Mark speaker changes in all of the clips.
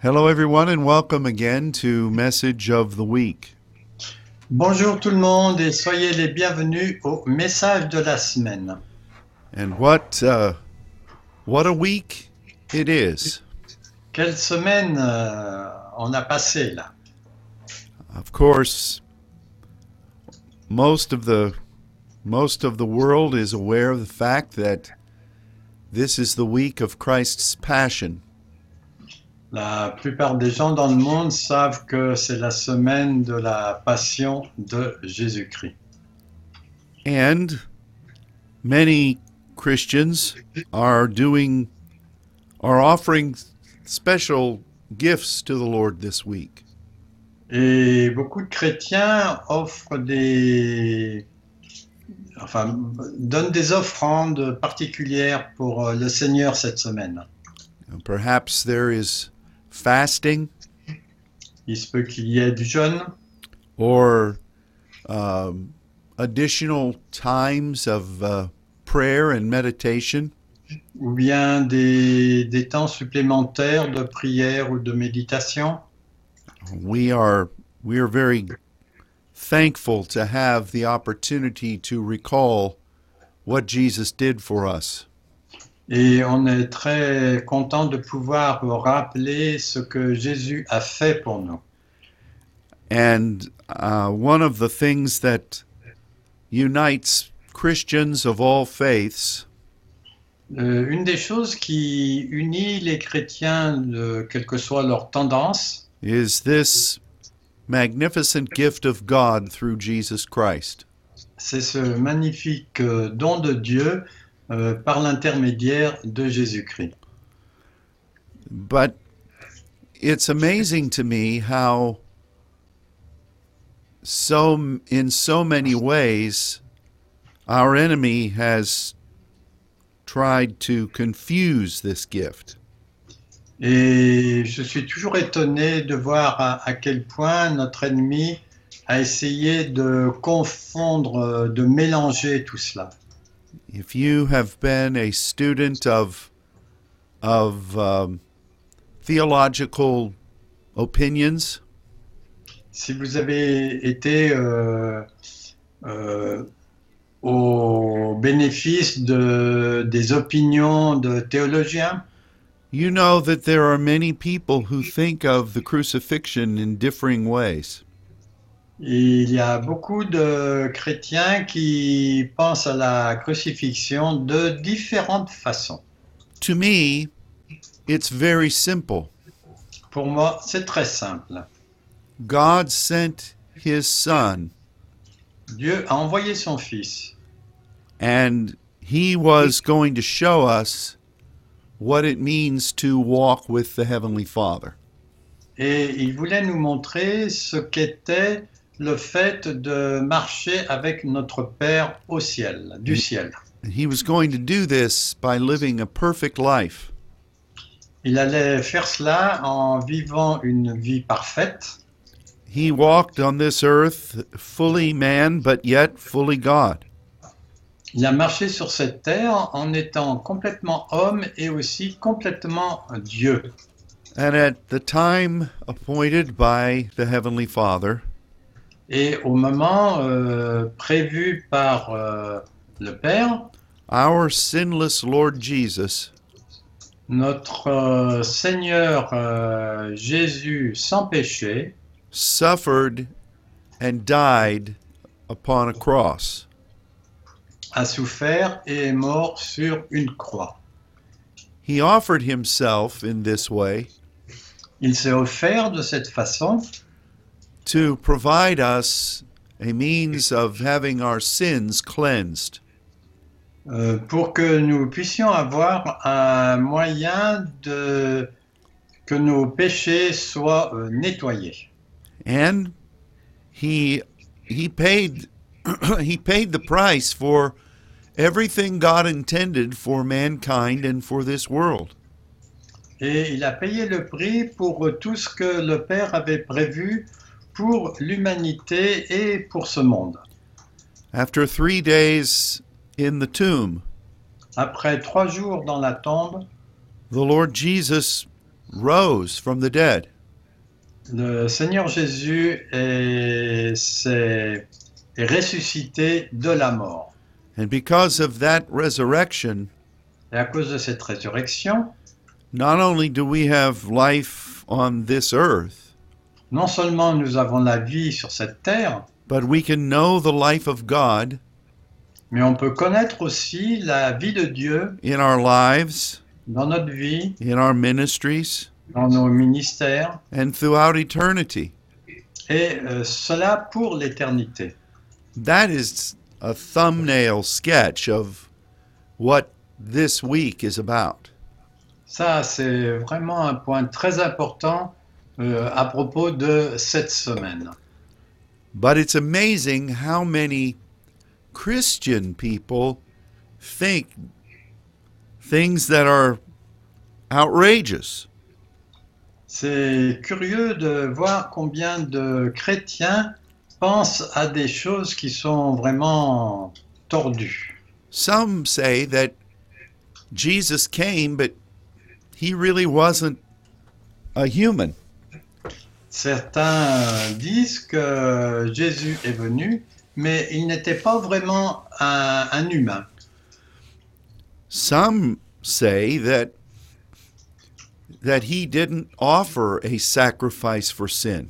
Speaker 1: Hello, everyone, and welcome again to Message of the Week.
Speaker 2: Bonjour tout le monde et soyez les bienvenus au message de la semaine.
Speaker 1: And what uh, what a week it is!
Speaker 2: Quelle semaine euh, on a passé là
Speaker 1: Of course, most of the most of the world is aware of the fact that this is the week of Christ's passion.
Speaker 2: La plupart des gens dans le monde savent que c'est la semaine de la passion de Jésus-Christ.
Speaker 1: And many Christians are doing are offering special gifts to the Lord this week.
Speaker 2: Et beaucoup de chrétiens offrent des... Enfin, donnent des offrandes particulières pour euh, le Seigneur cette semaine.
Speaker 1: And perhaps there is fasting
Speaker 2: Il se peut qu'il y ait du jeûne
Speaker 1: or um, additional times of uh, prayer and meditation.
Speaker 2: ou bien des, des temps supplémentaires de prière ou de méditation.
Speaker 1: We are we are very thankful to have the opportunity to recall what Jesus did for us.
Speaker 2: Et on est très content de pouvoir rappeler ce que Jésus a fait pour nous.
Speaker 1: And uh, one of the things that unites Christians of all faiths
Speaker 2: Euh, une des choses qui unit les chrétiens, de, quelle que soit leur tendance,
Speaker 1: is this magnificent gift of God through Jesus Christ.
Speaker 2: c'est ce magnifique euh, don de Dieu euh, par l'intermédiaire de Jésus-Christ.
Speaker 1: But it's amazing to me how so in so many ways our enemy has tried to confuse this gift.
Speaker 2: Et je suis toujours étonné de voir à, à quel point notre ennemi a essayé de confondre, euh, de mélanger tout cela.
Speaker 1: If you have been a student of of um, theological opinions,
Speaker 2: si vous avez été euh, euh, au bénéfice de, des opinions de théologiens,
Speaker 1: you know that there are many people who think of the crucifixion in differing ways.
Speaker 2: il y a beaucoup de chrétiens qui pensent à la crucifixion de différentes façons.
Speaker 1: to me, it's very simple.
Speaker 2: Pour moi, c'est très simple.
Speaker 1: God sent his son,
Speaker 2: Dieu a envoyé son Fils
Speaker 1: and he was going to show us what it means to walk with the Heavenly Father.
Speaker 2: et il voulait nous montrer ce qu'était le fait de marcher avec notre Père au ciel, du ciel.
Speaker 1: And he was going to do this by living a perfect life.
Speaker 2: Il allait faire cela en vivant une vie parfaite.
Speaker 1: He walked on this earth fully man, but yet fully God.
Speaker 2: Il a marché sur cette terre en étant complètement homme et aussi complètement Dieu.
Speaker 1: And at the time appointed by the Heavenly Father,
Speaker 2: Et au moment euh, prévu par euh, le Père,
Speaker 1: our sinless Lord Jesus
Speaker 2: notre euh, Seigneur euh, Jésus sans péché
Speaker 1: suffered and died upon a cross.
Speaker 2: a souffert et est mort sur une croix.
Speaker 1: He offered himself in this way
Speaker 2: Il s'est offert de cette façon
Speaker 1: to provide us a means of having our sins cleansed.
Speaker 2: Euh, pour que nous puissions avoir un moyen de que nos péchés soient euh, nettoyés.
Speaker 1: And he he paid he paid the price for everything God intended for mankind and for this world.
Speaker 2: Et il a payé le prix pour euh, tout ce que le Père avait prévu pour l'humanité et pour ce monde.
Speaker 1: After 3 days in the tomb,
Speaker 2: Après trois jours dans la tombe,
Speaker 1: the Lord Jesus rose from the dead.
Speaker 2: Le Seigneur Jésus est, s'est- est ressuscité de la mort.
Speaker 1: And because of that resurrection,
Speaker 2: Et à cause de cette résurrection,
Speaker 1: not only do we have life on this earth,
Speaker 2: non seulement nous avons la vie sur cette terre,
Speaker 1: but we can know the life of God
Speaker 2: mais on peut connaître aussi la vie de Dieu
Speaker 1: in our lives,
Speaker 2: dans notre vie,
Speaker 1: in our ministries,
Speaker 2: dans nos ministères,
Speaker 1: and throughout eternity.
Speaker 2: et euh, cela pour l'éternité.
Speaker 1: That is a thumbnail sketch of what this week is about.
Speaker 2: Ça, c'est vraiment un point très important euh, à propos de cette semaine.
Speaker 1: But it's amazing how many Christian people think things that are outrageous.
Speaker 2: C'est curieux de voir combien de chrétiens pensent à des choses qui sont vraiment tordues.
Speaker 1: Some say that Jesus came, but he really wasn't a human.
Speaker 2: Certains euh, disent que Jésus est venu, mais il n'était pas vraiment un, un humain.
Speaker 1: Some say that that he didn't offer a sacrifice for sin.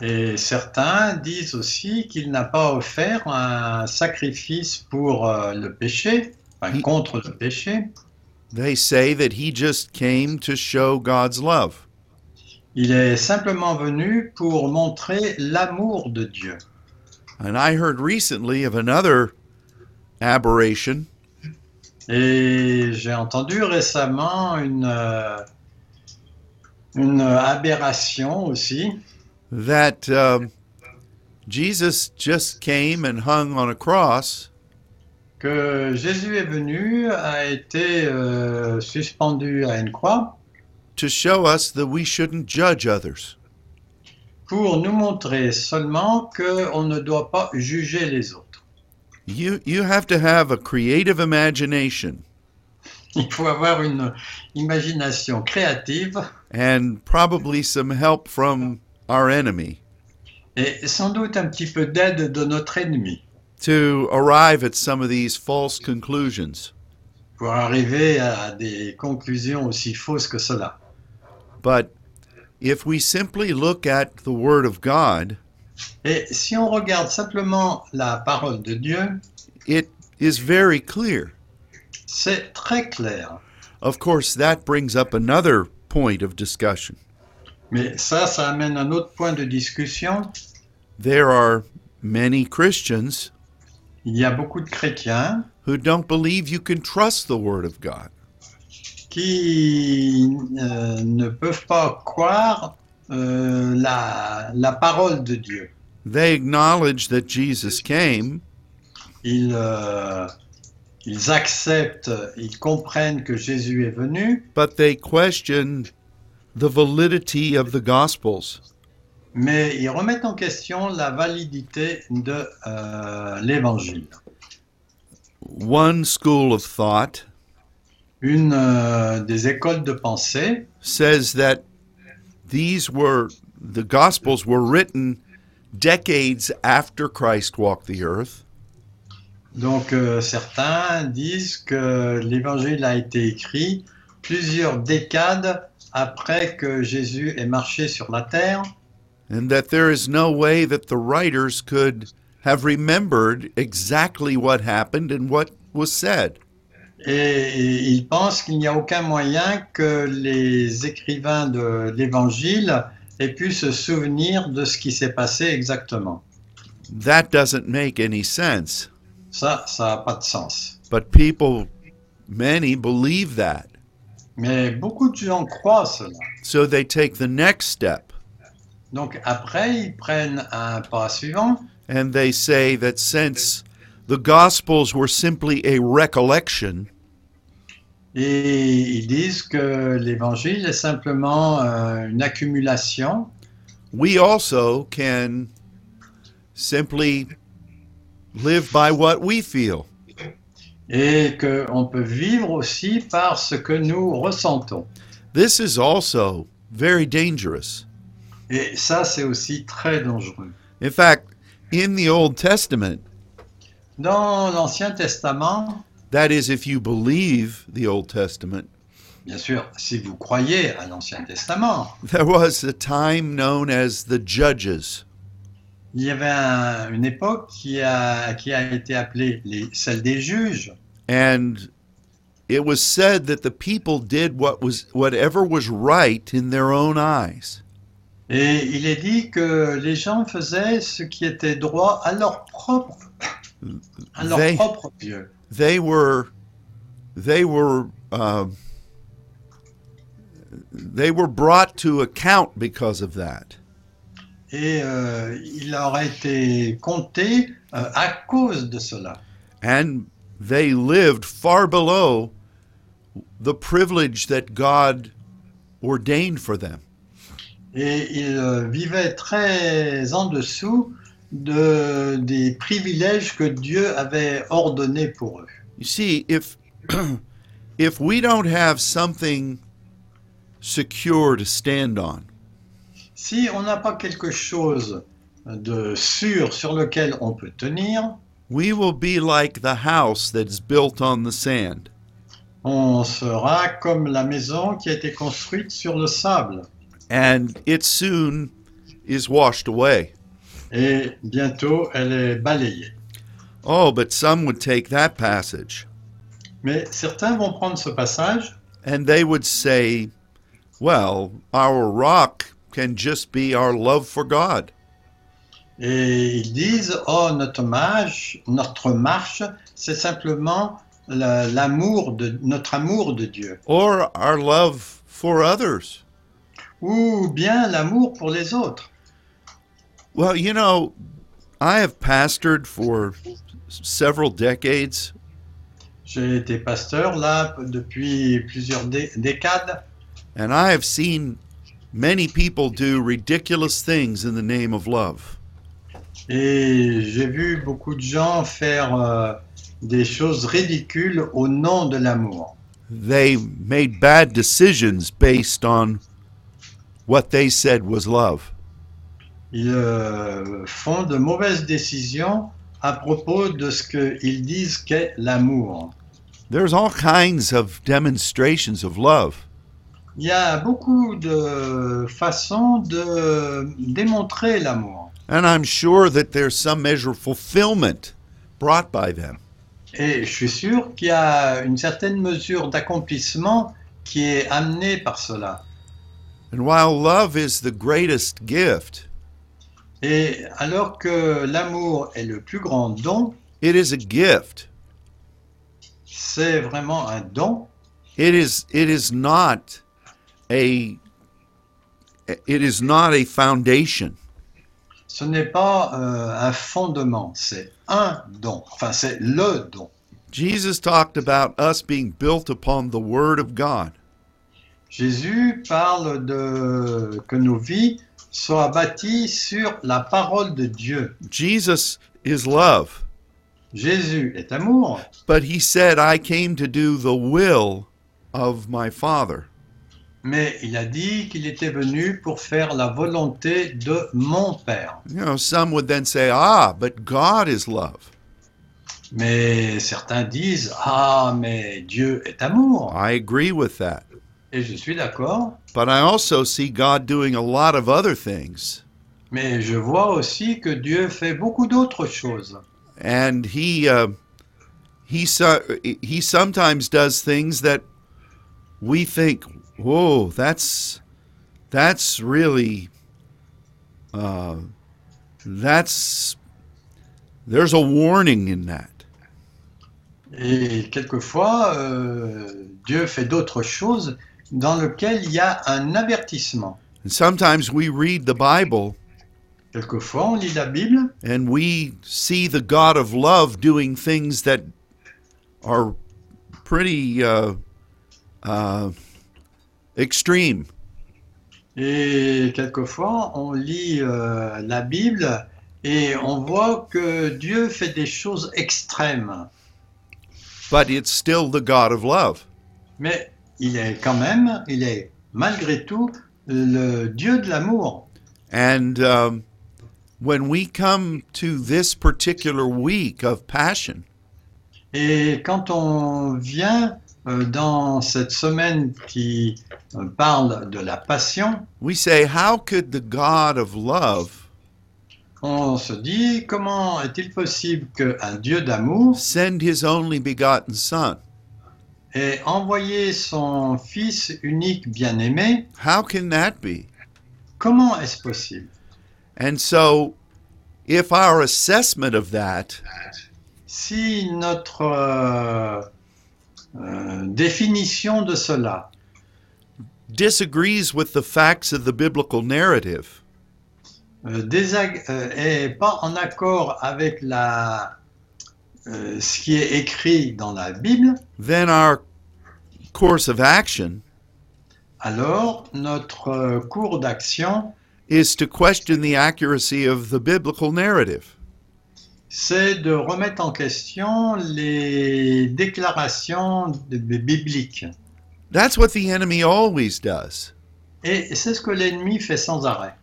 Speaker 2: Et certains disent aussi qu'il n'a pas offert un sacrifice pour euh, le péché, enfin,
Speaker 1: Il-
Speaker 2: contre le péché.
Speaker 1: They say that he just came to show God's love.
Speaker 2: Il est simplement venu pour montrer l'amour de Dieu.
Speaker 1: And I heard recently of another aberration
Speaker 2: Et j'ai entendu récemment une, euh, une aberration aussi,
Speaker 1: that um, Jesus just came and hung on a cross,
Speaker 2: que Jésus est venu, a été euh, suspendu à une croix
Speaker 1: to show us that we shouldn't judge others.
Speaker 2: pour nous montrer seulement qu'on ne doit pas juger les autres.
Speaker 1: You you have to have a creative imagination
Speaker 2: Il faut avoir une imagination créative
Speaker 1: and probably some help from our enemy
Speaker 2: et sans doute un petit peu d'aide de notre ennemi
Speaker 1: to arrive at some of these false conclusions.
Speaker 2: pour arriver à des conclusions aussi fausses que cela.
Speaker 1: But if we simply look at the word of God,
Speaker 2: Et si on regarde simplement la parole de Dieu,
Speaker 1: it is very clear.
Speaker 2: C'est très clair.
Speaker 1: Of course, that brings up another point of discussion.
Speaker 2: Mais ça, ça amène un autre point de discussion.
Speaker 1: There are many Christians
Speaker 2: Il y a beaucoup de chrétiens
Speaker 1: who don't believe you can trust the word of God.
Speaker 2: qui euh, ne peuvent pas croire euh, la, la parole de Dieu.
Speaker 1: They acknowledge that Jesus came,
Speaker 2: Ils, euh, ils acceptent, ils comprennent que Jésus est venu,
Speaker 1: but they question the validity of the gospels.
Speaker 2: mais ils remettent en question la validité de euh, l'Évangile.
Speaker 1: One school of thought
Speaker 2: Une euh, des écoles de pensée
Speaker 1: says that these were the gospels were written decades after Christ walked the earth,
Speaker 2: Donc euh, certains disent que l'évangile a été écrit plusieurs décades après que Jésus ait marché sur la terre
Speaker 1: and that there is no way that the writers could have remembered exactly what happened and what was said.
Speaker 2: et, et ils pensent qu'il n'y a aucun moyen que les écrivains de l'évangile aient pu se souvenir de ce qui s'est passé exactement.
Speaker 1: That doesn't make any sense.
Speaker 2: Ça, ça n'a pas de sens.
Speaker 1: But people, many believe that.
Speaker 2: Mais beaucoup de gens croient à cela.
Speaker 1: So they take the next step
Speaker 2: Donc après, ils prennent un pas suivant
Speaker 1: and they say that since the Gospels were simply a recollection,
Speaker 2: Et ils disent que l'évangile est simplement euh, une accumulation.
Speaker 1: we also can simply live by what we feel.
Speaker 2: Et qu'on peut vivre aussi par ce que nous ressentons.
Speaker 1: This is also very dangerous.
Speaker 2: Et ça, c'est aussi très dangereux.
Speaker 1: In fact, in the Old Testament,
Speaker 2: Dans l'Ancien Testament,
Speaker 1: that is, if you believe the Old Testament,
Speaker 2: bien sûr, si vous croyez à l'Ancien Testament,
Speaker 1: there was a time known as the Judges.
Speaker 2: il y avait un- une époque qui a, qui a été appelée les, celle des juges.
Speaker 1: And it was said that the people did what was whatever was right in their own eyes.
Speaker 2: Et il est dit que les gens faisaient ce qui était droit à leur propre, à leur
Speaker 1: They-
Speaker 2: propre yeux.
Speaker 1: They were, they were, um, they were brought to account because of that.
Speaker 2: Et euh, il aurait été compté euh, à cause de cela.
Speaker 1: And they lived far below the privilege that God ordained for them.
Speaker 2: Et ils euh, vivaient très en dessous de, des privilèges que Dieu avait ordonnés pour eux.
Speaker 1: You see, if if we don't have something secure to stand on,
Speaker 2: Si on n'a pas quelque chose de sûr sur lequel on peut tenir,
Speaker 1: we will be like the house that's built on the sand.
Speaker 2: on sera comme la maison qui a été construite sur le sable.
Speaker 1: and it soon is washed away.
Speaker 2: Et bientôt, elle est balayée.
Speaker 1: Oh, but some would take that passage
Speaker 2: Mais certains vont prendre ce passage
Speaker 1: and they would say, well, our rock can just be our love for God.
Speaker 2: et ils disent Oh, notre marche, notre marche c'est simplement la- l'amour de notre amour de Dieu,
Speaker 1: Or our love for others.
Speaker 2: ou bien l'amour pour les autres.
Speaker 1: Well, you know, I have pastored for s- several decades,
Speaker 2: J'ai été pasteur là depuis plusieurs dé- décades
Speaker 1: and I have seen many people do ridiculous things in the name of love.
Speaker 2: et j'ai vu beaucoup de gens faire euh, des choses ridicules au nom de l'amour.
Speaker 1: They made bad decisions based on what they said was love.
Speaker 2: Ils euh, font de mauvaises décisions à propos de ce qu'ils disent qu'est l'amour.
Speaker 1: There's all kinds of demonstrations of love,
Speaker 2: Il y a beaucoup de façons de démontrer l'amour.
Speaker 1: and I'm sure that there's some measure of fulfillment brought by them.
Speaker 2: Et je suis sûr qu'il y a une certaine mesure d'accomplissement qui est amenée par cela.
Speaker 1: And while love is the greatest gift,
Speaker 2: Et alors que l'amour est le plus grand don,
Speaker 1: it is a gift.
Speaker 2: c'est vraiment un don,
Speaker 1: It is it is not a it is not a foundation.
Speaker 2: ce n'est pas euh, un fondement, c'est un don, enfin c'est le don.
Speaker 1: Jesus talked about us being built upon the word of God.
Speaker 2: Jésus parle de que nos vies soient bâties sur la parole de Dieu.
Speaker 1: Jesus is love.
Speaker 2: Jésus est amour,
Speaker 1: But he said, I came to do the will of my Father.
Speaker 2: mais il a dit qu'il était venu pour faire la volonté de mon Père.
Speaker 1: You know, some would then say, Ah, but God is love.
Speaker 2: Mais certains disent Ah, mais Dieu est amour.
Speaker 1: I agree with that.
Speaker 2: Et je suis d'accord,
Speaker 1: But I also see God doing a lot of other things.
Speaker 2: mais je vois aussi que Dieu fait beaucoup d'autres choses.
Speaker 1: And he, uh, he, so- he sometimes does things that we think, whoa, that's, that's really, uh, that's, there's a warning in that.
Speaker 2: Et quelquefois, euh, Dieu fait d'autres choses dans lesquelles il y a un avertissement.
Speaker 1: And sometimes we read the Bible
Speaker 2: Quelquefois, on lit la Bible
Speaker 1: and we see the God of love doing things that are pretty uh, uh, extreme.
Speaker 2: Et quelquefois, on lit euh, la Bible et on voit que Dieu fait des choses extrêmes.
Speaker 1: But it's still the God of love.
Speaker 2: Mais il est quand même, il est malgré tout le Dieu de l'amour.
Speaker 1: And um, when we come to this particular week of Passion,
Speaker 2: Et quand on vient euh, dans cette semaine qui euh, parle de la passion,
Speaker 1: we say, How could the God of love
Speaker 2: on se dit comment est-il possible qu'un Dieu d'amour
Speaker 1: send his only begotten Son?
Speaker 2: ait envoyé son Fils unique bien-aimé
Speaker 1: How can that be?
Speaker 2: Comment est-ce possible
Speaker 1: And so, if our assessment of that
Speaker 2: Si notre euh, euh, définition de cela
Speaker 1: disagrees with the facts of the biblical narrative,
Speaker 2: euh, désag- euh, est pas en accord avec la, euh, ce qui est écrit dans la Bible,
Speaker 1: then our course of action
Speaker 2: alors notre euh, cours d'action,
Speaker 1: is to question the accuracy of the biblical narrative.
Speaker 2: c'est de remettre en question les déclarations de- de- bibliques.
Speaker 1: That's what the enemy always does
Speaker 2: Et c'est ce que l'ennemi fait sans arrêt.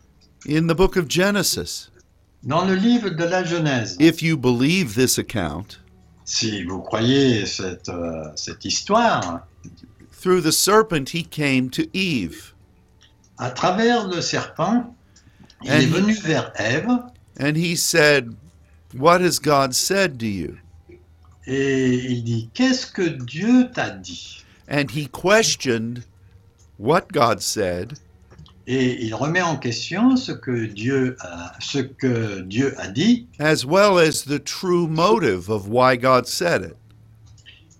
Speaker 1: in the book of Genesis.
Speaker 2: Dans le livre de la Genèse,
Speaker 1: If you believe this account,
Speaker 2: si vous croyez cette, euh, cette histoire,
Speaker 1: through the serpent he came to Eve,
Speaker 2: à travers le serpent, il
Speaker 1: And-
Speaker 2: est venu vers Ève
Speaker 1: and he said, What has God said to you?
Speaker 2: et il dit Qu'est-ce que Dieu t'a dit
Speaker 1: And he questioned what God said
Speaker 2: Et il remet en question ce que Dieu a, ce que Dieu a dit
Speaker 1: as well as the true motive of why God said it.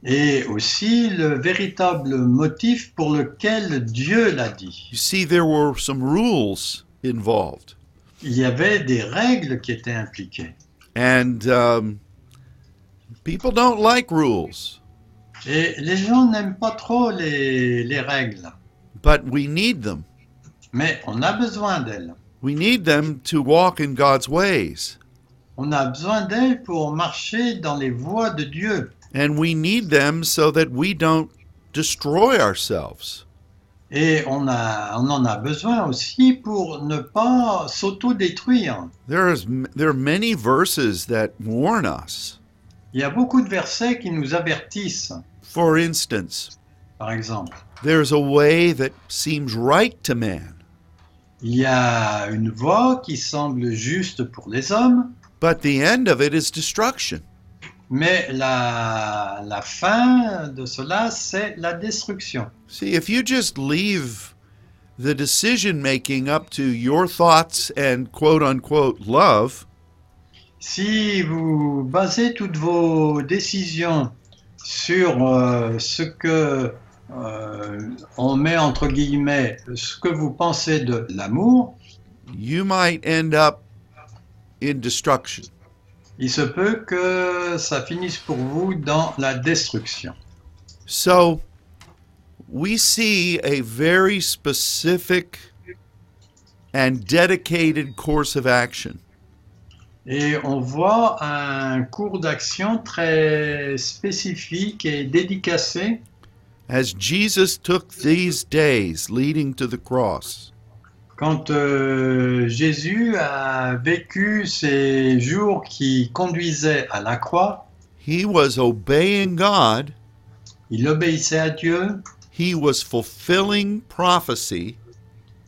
Speaker 2: et aussi le véritable motif pour lequel Dieu l'a dit.
Speaker 1: You see, there were some rules involved.
Speaker 2: Il y avait des règles qui étaient impliquées.
Speaker 1: And um, people don't like rules,
Speaker 2: Et les gens n'aiment pas trop les, les règles,
Speaker 1: but we need them.
Speaker 2: mais on a besoin d'elles.
Speaker 1: We need them to walk in God's ways,
Speaker 2: On a besoin d'elles pour marcher dans les voies de Dieu.
Speaker 1: and we need them so that we don't destroy ourselves.
Speaker 2: Et on, a, on en a besoin aussi pour ne pas s'auto-détruire.
Speaker 1: There, is, there are many verses that warn us.
Speaker 2: Il y a beaucoup de versets qui nous avertissent,
Speaker 1: For instance,
Speaker 2: par exemple.
Speaker 1: there's a way that seems right to man,
Speaker 2: Il y a une voie qui semble juste pour les hommes,
Speaker 1: but the end of it is destruction.
Speaker 2: mais la, la fin de cela, c'est la destruction.
Speaker 1: See, if you just leave the decision making up to your thoughts and quote unquote love,
Speaker 2: Si vous basez toutes vos décisions sur euh, ce que euh, on met entre guillemets, ce que vous pensez de l'amour,
Speaker 1: you might end up in destruction.
Speaker 2: Il se peut que ça finisse pour vous dans la destruction.
Speaker 1: So we see a very specific and dedicated course of action.
Speaker 2: Et on voit un cours d'action très spécifique et dédicacé
Speaker 1: As Jesus took these days leading to the cross,
Speaker 2: quand euh, Jésus a vécu ces jours qui conduisaient à la croix.
Speaker 1: he was obeying God,
Speaker 2: Il obéissait à Dieu,
Speaker 1: he was fulfilling prophecy,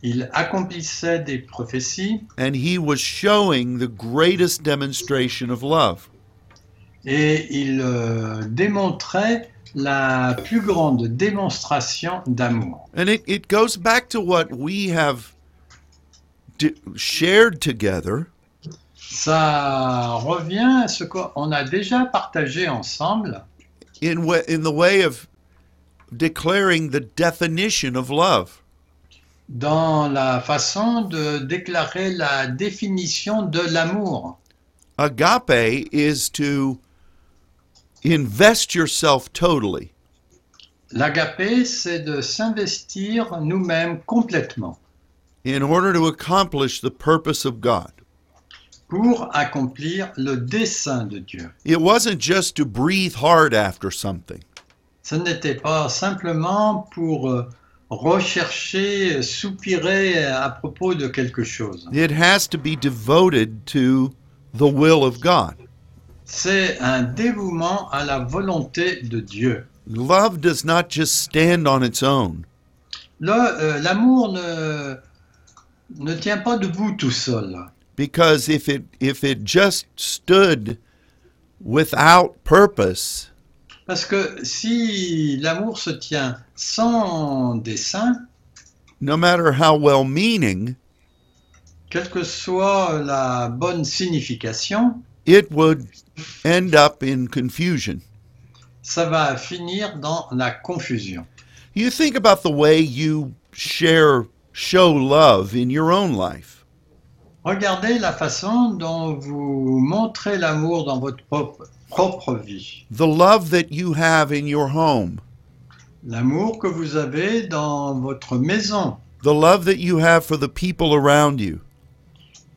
Speaker 2: il accomplissait des prophéties
Speaker 1: and he was showing the greatest demonstration of love.
Speaker 2: et il euh, démontrait la plus grande démonstration d'amour.
Speaker 1: And it, it goes back to what we have d- shared together
Speaker 2: Ça revient à ce qu'on a déjà partagé ensemble
Speaker 1: in, wa in the way of declaring the definition of love.
Speaker 2: dans la façon de déclarer la définition de l'amour.
Speaker 1: Agape is to invest yourself totally.
Speaker 2: L'agapé, c'est de s'investir nous-mêmes complètement
Speaker 1: in order to accomplish the purpose of God.
Speaker 2: pour accomplir le dessein de Dieu.
Speaker 1: It wasn't just to breathe hard after something,
Speaker 2: Ce n'était pas simplement pour euh, rechercher, soupirer à propos de quelque chose.
Speaker 1: It has to be devoted to the will of God.
Speaker 2: C'est un dévouement à la volonté de Dieu.
Speaker 1: Love does not just stand on its own.
Speaker 2: Le, euh, L'amour ne, ne tient pas debout tout seul.
Speaker 1: because if it if it just stood without purpose
Speaker 2: Parce que si l'amour se tient sans dessein,
Speaker 1: no matter how well meaning
Speaker 2: quelle que soit la bonne signification,
Speaker 1: it would end up in confusion
Speaker 2: ça va finir dans la confusion.
Speaker 1: you think about the way you share show love in your own life
Speaker 2: Regardez la façon dont vous montrez l'amour dans votre prop- propre vie.
Speaker 1: the love that you have in your home
Speaker 2: L'amour que vous avez dans votre maison,
Speaker 1: the love that you have for the people around you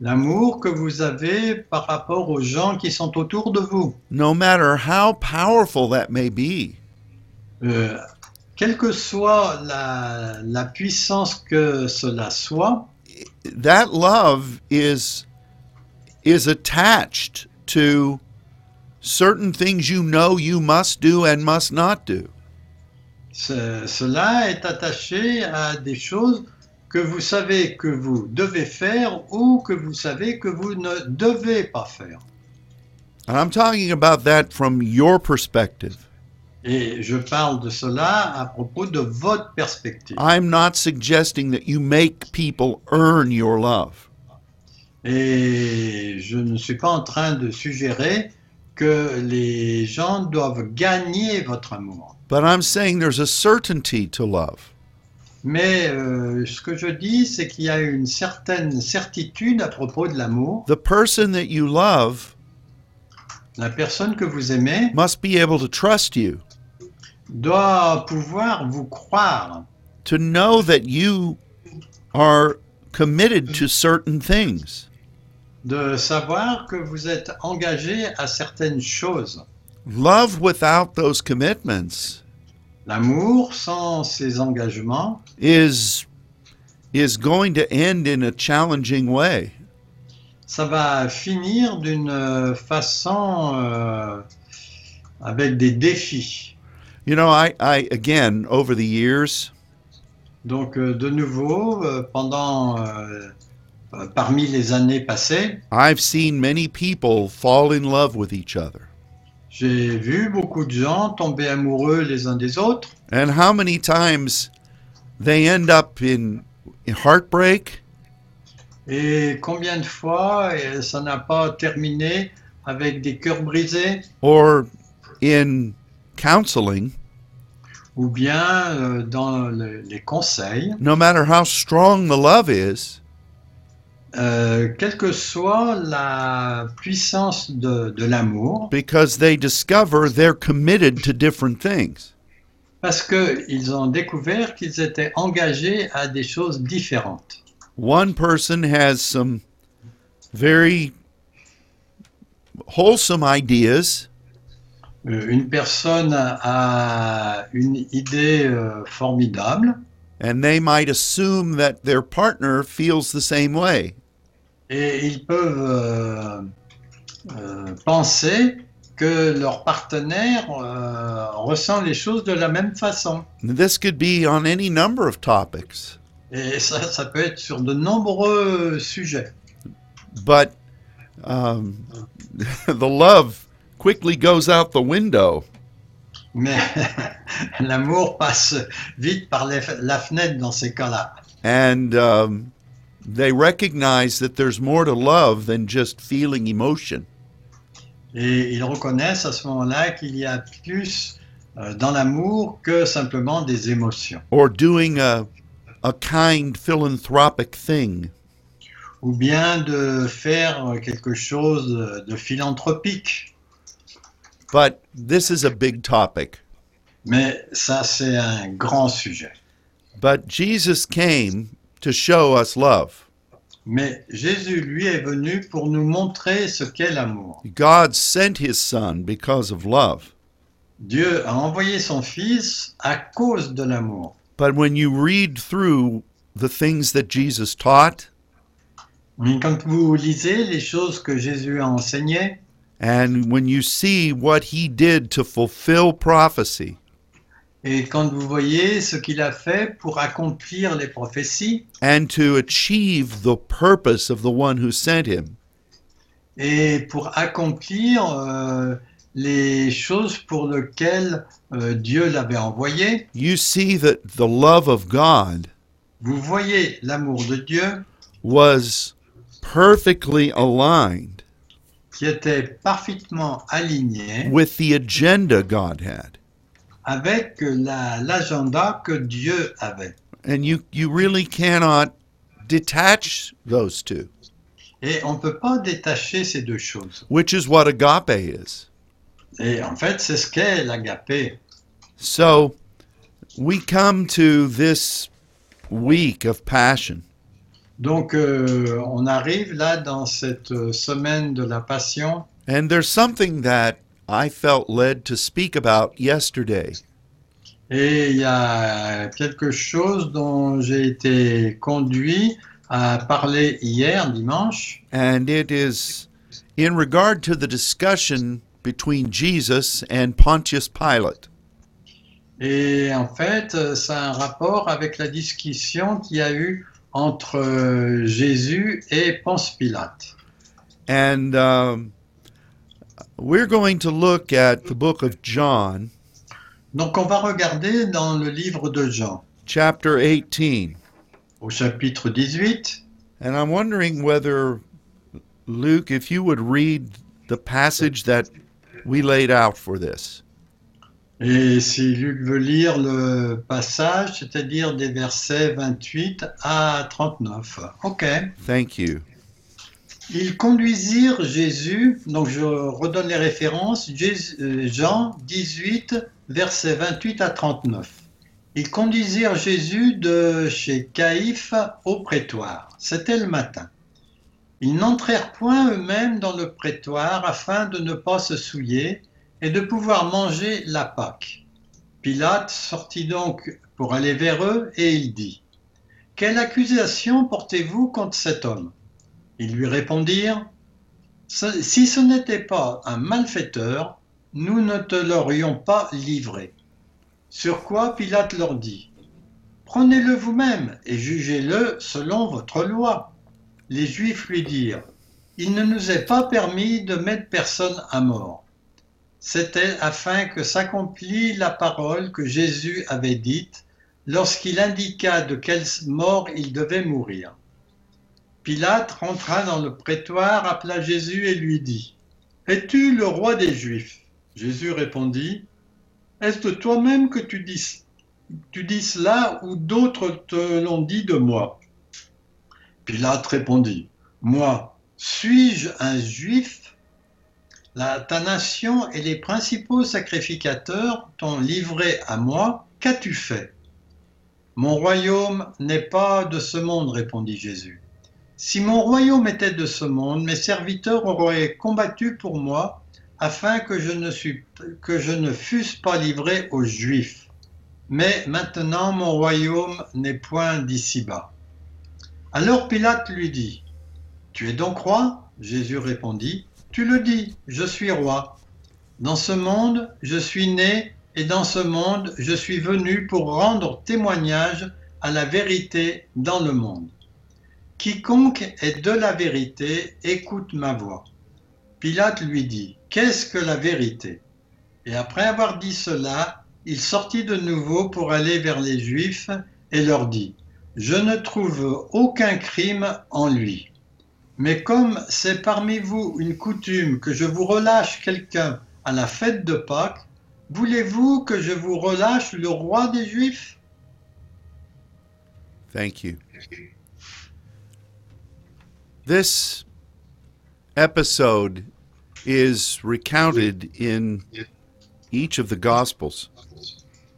Speaker 2: l'amour que vous avez par rapport aux gens qui sont autour de vous.
Speaker 1: no matter how powerful that may be
Speaker 2: Euh, quelle que soit la, la puissance que cela soit,
Speaker 1: that love is is attached to certain things you know you must do and must not do.
Speaker 2: ce- cela est attaché à des choses que vous savez que vous devez faire ou que vous savez que vous ne devez pas faire.
Speaker 1: And I'm talking about that from your perspective.
Speaker 2: Et je parle de cela à propos de votre perspective.
Speaker 1: I'm not suggesting that you make people earn your love.
Speaker 2: Et je ne suis pas en train de suggérer que les gens doivent gagner votre amour.
Speaker 1: But I'm saying there's a certainty to love.
Speaker 2: Mais euh, ce que je dis, c'est qu'il y a une certaine certitude à propos de l'amour.
Speaker 1: The person that you love
Speaker 2: La personne que vous aimez
Speaker 1: must be able to trust you,
Speaker 2: doit pouvoir vous croire,
Speaker 1: to know that you are committed to certain things.
Speaker 2: de savoir que vous êtes engagé à certaines choses.
Speaker 1: Love without those commitments
Speaker 2: L'amour sans ces engagements
Speaker 1: is is going to end in a challenging way.
Speaker 2: ça va finir d'une euh, façon euh, avec des défis.
Speaker 1: You know, I, I again over the years,
Speaker 2: Donc euh, de nouveau, euh, pendant euh, euh, parmi les années passées,
Speaker 1: I've seen many people fall in love with each other.
Speaker 2: j'ai vu beaucoup de gens tomber amoureux les uns des autres
Speaker 1: And how many times they end up in, in heartbreak
Speaker 2: et combien de fois euh, ça n'a pas terminé avec des cœurs brisés
Speaker 1: or in counseling,
Speaker 2: ou bien euh, dans le- les conseils,
Speaker 1: no matter how strong the love is,
Speaker 2: Euh, quelle que soit la puissance de- de l'amour.
Speaker 1: because they discover they're committed to different things.
Speaker 2: Parce qu'ils ont découvert qu'ils étaient engagés à des choses différentes.
Speaker 1: one person has some very wholesome ideas
Speaker 2: Euh, Une personne a une idée euh, formidable
Speaker 1: and they might assume that their partner feels the same way
Speaker 2: et ils peuvent euh, euh, penser que leur partenaire euh, ressent les choses de la même façon.
Speaker 1: And this could be on any number of topics
Speaker 2: Et ça, ça peut être sur de nombreux sujets.
Speaker 1: but um, the love quickly goes out the window
Speaker 2: Mais l'amour passe vite par les- la fenêtre dans ces cas-là.
Speaker 1: and um, they recognize that there's more to love than just feeling emotion
Speaker 2: Et ils reconnaissent à ce moment-là qu'il y a plus euh, dans l'amour que simplement des émotions,
Speaker 1: or doing a, a kind philanthropic thing
Speaker 2: ou bien de faire quelque chose de- de philanthropique.
Speaker 1: but this is a big topic
Speaker 2: Mais ça, c'est un grand sujet.
Speaker 1: But Jesus came to show us love.
Speaker 2: Mais Jésus, lui, est venu pour nous montrer ce qu'est l'amour.
Speaker 1: God sent his son because of love.
Speaker 2: Dieu a envoyé son Fils à cause de l'amour.
Speaker 1: But when you read through the things that Jesus taught
Speaker 2: Mais quand vous lisez les choses que Jésus a enseignées
Speaker 1: and when you see what he did to fulfill prophecy
Speaker 2: et quand vous voyez ce qu'il a fait pour accomplir les prophéties
Speaker 1: and to achieve the purpose of the one who sent him,
Speaker 2: et pour accomplir euh, les choses pour lesquelles euh, Dieu l'avait envoyé,
Speaker 1: you see that the love of God
Speaker 2: vous voyez l'amour de Dieu
Speaker 1: was perfectly aligned
Speaker 2: qui était parfaitement aligné
Speaker 1: with the agenda God had.
Speaker 2: avec la- l'agenda que Dieu avait.
Speaker 1: And you, you really cannot detach those two,
Speaker 2: Et on ne peut pas détacher ces deux choses.
Speaker 1: which is what agape is.
Speaker 2: Et en fait, c'est ce qu'est l'agapé.
Speaker 1: So we come to this week of passion,
Speaker 2: Donc, euh, on arrive là dans cette euh, semaine de la passion.
Speaker 1: and there's something that I felt led to speak about yesterday.
Speaker 2: Et il y a quelque chose dont j'ai été conduit à parler hier, dimanche,
Speaker 1: And it is in regard to the discussion between Jesus and Pontius Pilate.
Speaker 2: et en fait, euh, ça a un rapport avec la discussion qu'il y a eu entre euh, Jésus et Ponce Pilate.
Speaker 1: And um, we're going to look at the book of John,
Speaker 2: Donc, on va regarder dans le livre de Jean,
Speaker 1: chapter 18.
Speaker 2: au chapitre 18,
Speaker 1: And I'm wondering whether, Luke, if you would read the passage that we laid out for this.
Speaker 2: et si Luc veut lire le passage, c'est-à-dire des versets 28 à 39. OK.
Speaker 1: Thank you.
Speaker 2: Ils conduisirent Jésus, donc je redonne les références, Jésus- euh, Jean 18, versets 28 à 39. Ils conduisirent Jésus de chez Caïphe au prétoire. C'était le matin. Ils n'entrèrent point eux-mêmes dans le prétoire afin de ne pas se souiller et de pouvoir manger la Pâque. Pilate sortit donc pour aller vers eux et il dit Quelle accusation portez-vous contre cet homme ils lui répondirent Ce- Si ce n'était pas un malfaiteur, nous ne te l'aurions pas livré. Sur quoi Pilate leur dit Prenez-le vous-même et jugez-le selon votre loi. Les Juifs lui dirent Il ne nous est pas permis de mettre personne à mort. C'était afin que s'accomplit la parole que Jésus avait dite lorsqu'il indiqua de quelle mort il devait mourir. Pilate rentra dans le prétoire, appela Jésus et lui dit Es-tu le roi des Juifs Jésus répondit Est-ce de toi-même que tu dis, tu dis cela ou d'autres te l'ont dit de moi Pilate répondit Moi, suis-je un Juif La- Ta nation et les principaux sacrificateurs t'ont livré à moi. Qu'as-tu fait Mon royaume n'est pas de ce monde, répondit Jésus. Si mon royaume était de ce monde, mes serviteurs auraient combattu pour moi, afin que je ne, suis- que je ne fusse pas livré aux Juifs. Mais maintenant mon royaume n'est point d'ici-bas. Alors Pilate lui dit, Tu es donc roi Jésus répondit, Tu le dis, je suis roi. Dans ce monde, je suis né, et dans ce monde, je suis venu pour rendre témoignage à la vérité dans le monde. Quiconque est de la vérité, écoute ma voix. Pilate lui dit, Qu'est-ce que la vérité Et après avoir dit cela, il sortit de nouveau pour aller vers les Juifs et leur dit, Je ne trouve aucun crime en lui. Mais comme c'est parmi vous une coutume que je vous relâche quelqu'un à la fête de Pâques, voulez-vous que je vous relâche le roi des Juifs
Speaker 1: Thank you. This episode is recounted in each of the Gospels.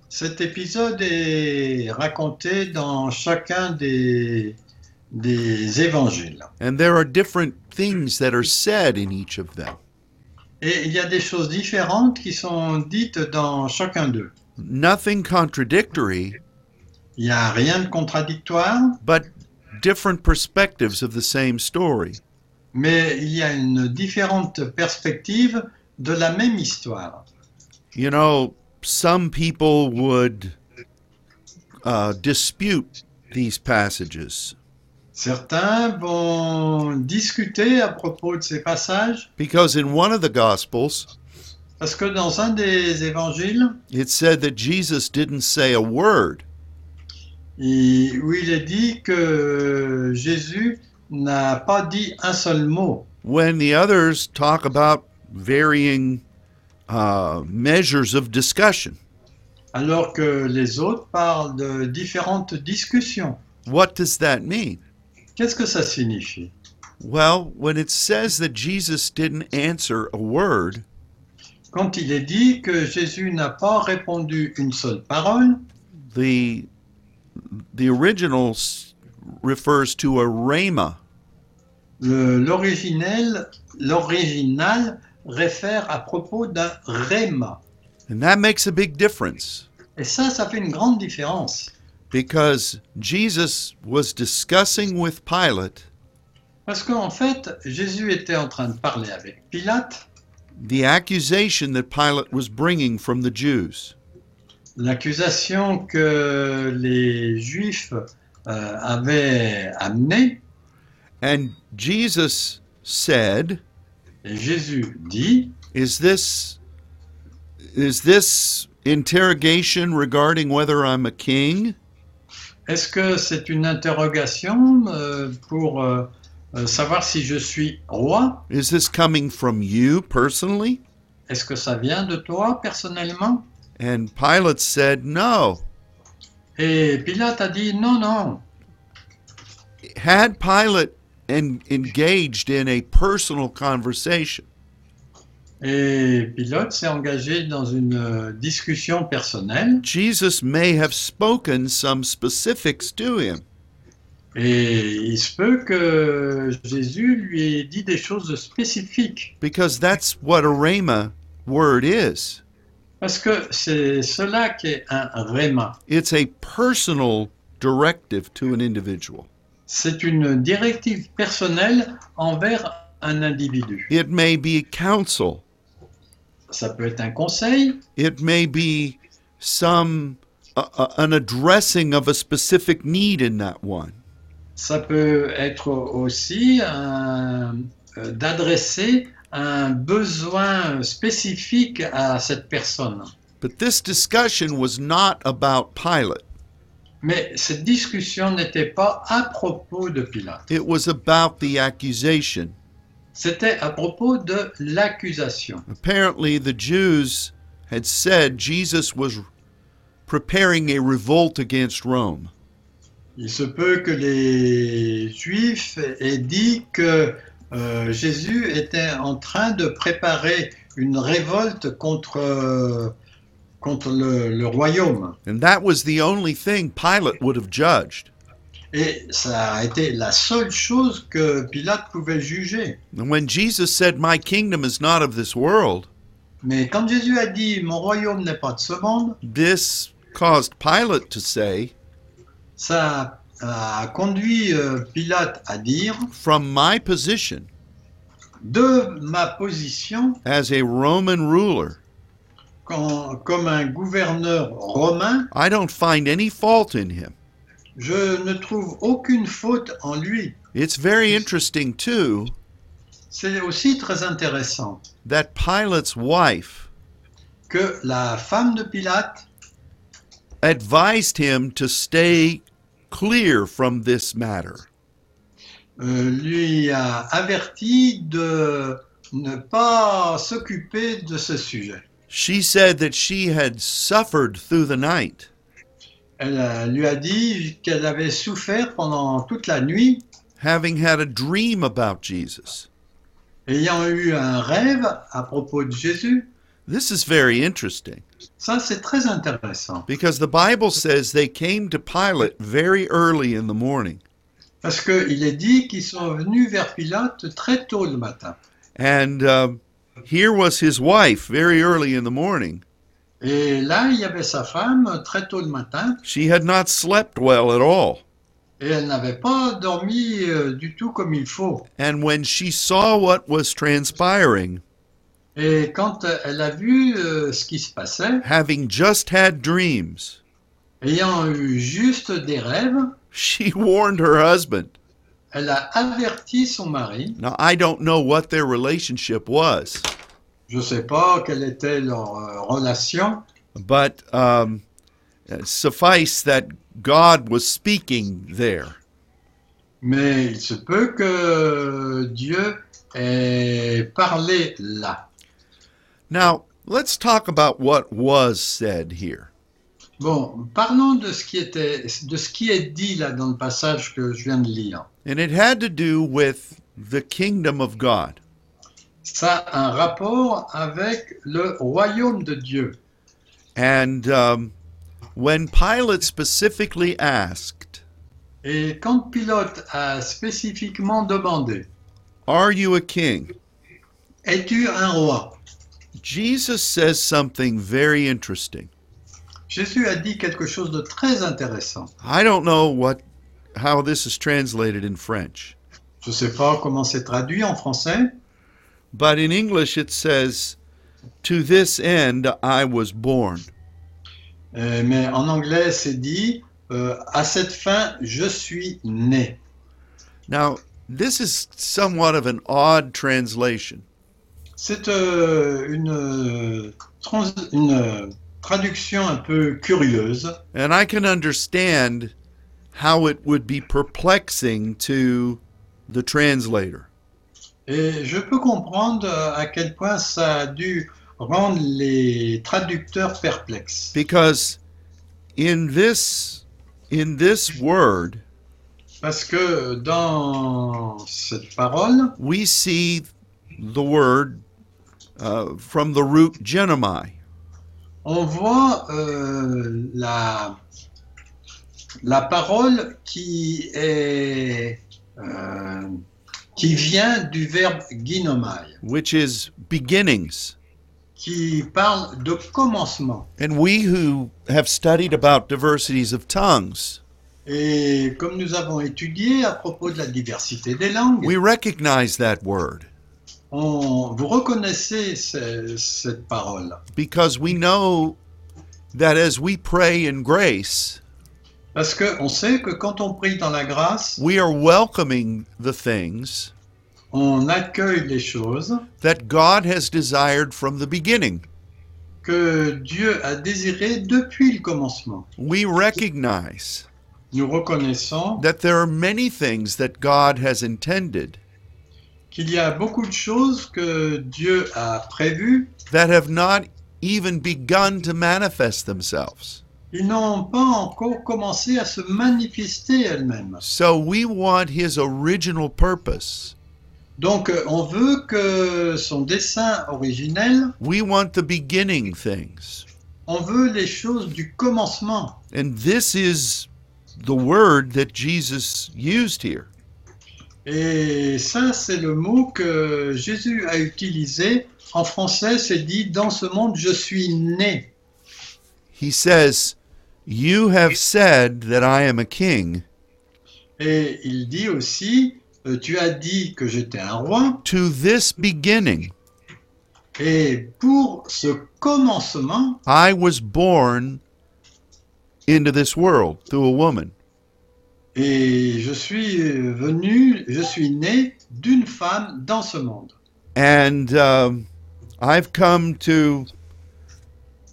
Speaker 2: Cet épisode est raconté dans chacun des, des évangiles.
Speaker 1: And there are different things that are said in each of them.
Speaker 2: Et il y a des choses différentes qui sont dites dans chacun d'eux.
Speaker 1: Nothing contradictory,
Speaker 2: Il n'y a rien de contradictoire,
Speaker 1: but different perspectives of the same story.
Speaker 2: mais il y a une différente perspective de la même histoire.
Speaker 1: You know, some people would uh, dispute these passages
Speaker 2: Certains vont discuter à propos de ces passages,
Speaker 1: because in one of the Gospels,
Speaker 2: parce que dans un des évangiles,
Speaker 1: it said that Jesus didn't say a word.
Speaker 2: il- où il est dit que Jésus n'a pas dit un seul mot.
Speaker 1: When the others talk about varying uh, measures of discussion,
Speaker 2: alors que les autres parlent de différentes discussions.
Speaker 1: what does that mean?
Speaker 2: Qu'est-ce que ça signifie
Speaker 1: Well, when it says that Jesus didn't answer a word,
Speaker 2: Quand il est dit que Jésus n'a pas répondu une seule parole,
Speaker 1: the the original s- refers to a rhema,
Speaker 2: le- l'originel, l'original réfère à propos d'un réma.
Speaker 1: and that makes a big difference
Speaker 2: Et ça, ça fait une grande différence.
Speaker 1: because Jesus was discussing with Pilate
Speaker 2: Parce qu'en fait, Jésus était en train de parler avec Pilate,
Speaker 1: the accusation that Pilate was bringing from the Jews.
Speaker 2: l'accusation que les Juifs euh, avaient amenée.
Speaker 1: And Jesus said,
Speaker 2: Et Jésus dit,
Speaker 1: "Is this is this interrogation regarding whether I'm a king?"
Speaker 2: Est-ce que c'est une interrogation euh, pour euh, euh, savoir si je suis roi
Speaker 1: Is this coming from you personally?
Speaker 2: Est-ce que ça vient de toi personnellement
Speaker 1: And Pilate said, No.
Speaker 2: Et Pilate a dit non, non.
Speaker 1: Had Pilate en- engaged in a personal conversation,
Speaker 2: Et Pilate s'est engagé dans une euh, discussion personnelle
Speaker 1: Jesus may have spoken some specifics to him.
Speaker 2: et il se peut que Jésus lui ait dit des choses spécifiques
Speaker 1: Because that's what a rhema word is.
Speaker 2: parce que c'est cela qui est un réma.
Speaker 1: It's a personal directive to an individual.
Speaker 2: C'est une directive personnelle envers un individu.
Speaker 1: It may be counsel.
Speaker 2: Ça peut être un conseil,
Speaker 1: It may be some a- a- an addressing of a specific need in that one.
Speaker 2: Ça peut être aussi un- euh, d'adresser un besoin spécifique à cette personne.
Speaker 1: But this discussion was not about Pilate.
Speaker 2: Mais cette discussion n'était pas à propos de Pilate.
Speaker 1: It was about the accusation.
Speaker 2: C'était à propos de l'accusation.
Speaker 1: Apparently, the Jews had said Jesus was preparing a revolt against Rome.
Speaker 2: Il se peut que les Juifs aient dit que euh, Jésus était en train de préparer une révolte contre, euh, contre le- le royaume.
Speaker 1: And that was the only thing Pilate would have judged.
Speaker 2: Et ça a été la seule chose que Pilate pouvait juger.
Speaker 1: And when Jesus said, My kingdom is not of this world,
Speaker 2: Mais quand Jésus a dit Mon royaume n'est pas de ce monde,
Speaker 1: this caused Pilate to say,
Speaker 2: ça a conduit euh, Pilate à dire
Speaker 1: From my position
Speaker 2: De ma position
Speaker 1: as a Roman ruler,
Speaker 2: quand- comme un gouverneur romain,
Speaker 1: I don't find any fault in him.
Speaker 2: je ne trouve aucune faute en lui.
Speaker 1: It's very interesting, too,
Speaker 2: C'est aussi très intéressant
Speaker 1: that Pilate's wife
Speaker 2: que la femme de Pilate
Speaker 1: advised him to stay clear from this matter.
Speaker 2: euh, lui a averti de ne pas s'occuper de ce sujet.
Speaker 1: She said that she had suffered through the night
Speaker 2: Elle euh, lui a dit qu'elle avait souffert pendant toute la nuit,
Speaker 1: having had a dream about Jesus.
Speaker 2: ayant eu un rêve à propos de Jésus.
Speaker 1: This is very interesting
Speaker 2: Ça, c'est très intéressant.
Speaker 1: because the Bible says they came to Pilate very early in the morning
Speaker 2: Parce qu'il est dit qu'ils sont venus vers Pilate très tôt le matin.
Speaker 1: and um, here was his wife very early in the morning
Speaker 2: Et là, il y avait sa femme très tôt le matin
Speaker 1: She had not slept well at all.
Speaker 2: et elle n'avait pas dormi euh, du tout comme il faut.
Speaker 1: And when she saw what was transpiring,
Speaker 2: Et quand euh, elle a vu euh, ce qui se passait,
Speaker 1: having just had dreams,
Speaker 2: ayant eu juste des rêves,
Speaker 1: she warned her husband.
Speaker 2: elle a averti son mari.
Speaker 1: Now, I don't know what their relationship was,
Speaker 2: Je ne sais pas quelle était leur euh, relation,
Speaker 1: but um, suffice that God was speaking there.
Speaker 2: mais il se peut que Dieu ait parlé là.
Speaker 1: Now, let's talk about what was said here.
Speaker 2: Bon, parlons de ce qui était, de ce qui est dit là dans le passage que je viens de lire.
Speaker 1: And it had to do with the kingdom of God.
Speaker 2: Ça a un rapport avec le royaume de Dieu.
Speaker 1: And um, when Pilate specifically asked,
Speaker 2: Et quand Pilote a spécifiquement demandé,
Speaker 1: Are you a king?
Speaker 2: es-tu un roi
Speaker 1: Jesus says something very interesting.
Speaker 2: Jésus a dit quelque chose de très intéressant.
Speaker 1: I don't know what how this is translated in French,
Speaker 2: Je ne sais pas comment c'est traduit en français,
Speaker 1: but in English it says, "To this end I was born."
Speaker 2: euh, mais en anglais c'est dit euh, à cette fin je suis né.
Speaker 1: Now, this is somewhat of an odd translation
Speaker 2: C'est euh, une, euh, trans- une euh, traduction un peu curieuse.
Speaker 1: And I can understand how it would be perplexing to the translator.
Speaker 2: Et je peux comprendre euh, à quel point ça a dû rendre les traducteurs perplexes.
Speaker 1: Because in this in this word,
Speaker 2: Parce que euh, dans cette parole,
Speaker 1: we see the word uh, from the root genomai,
Speaker 2: on voit euh, la, la parole qui, est, euh, qui vient du verbe guinomai,
Speaker 1: which is beginnings.
Speaker 2: qui parle de commencement.
Speaker 1: And we who have studied about diversities of tongues,
Speaker 2: Et comme nous avons étudié à propos de la diversité des langues,
Speaker 1: we recognize that word
Speaker 2: on- vous reconnaissez ce- cette parole.
Speaker 1: because we know that as we pray in grace,
Speaker 2: Parce qu'on sait que quand on prie dans la grâce,
Speaker 1: we are welcoming the things
Speaker 2: on accueille les choses
Speaker 1: that God has desired from the beginning.
Speaker 2: que Dieu a désirées depuis le commencement.
Speaker 1: We recognize
Speaker 2: Nous reconnaissons
Speaker 1: that there are many things that God has intended
Speaker 2: qu'il y a beaucoup de choses que Dieu a prévues
Speaker 1: that have not even begun to manifest themselves.
Speaker 2: ils n'ont pas encore commencé à se manifester elles-mêmes.
Speaker 1: So we want His original purpose.
Speaker 2: Donc euh, on veut que son dessein originel,
Speaker 1: We want the beginning things.
Speaker 2: on veut les choses du commencement.
Speaker 1: And this is the word that Jesus used here.
Speaker 2: Et ça, c'est le mot que Jésus a utilisé. En français, c'est dit Dans ce monde, je suis né.
Speaker 1: He says, You have said that I am a king.
Speaker 2: Et il dit aussi euh, Tu as dit que j'étais un roi.
Speaker 1: To this beginning
Speaker 2: Et pour ce commencement,
Speaker 1: I was born into this world through a woman.
Speaker 2: et je suis euh, venu, je suis né d'une femme dans ce monde.
Speaker 1: and um, I've come to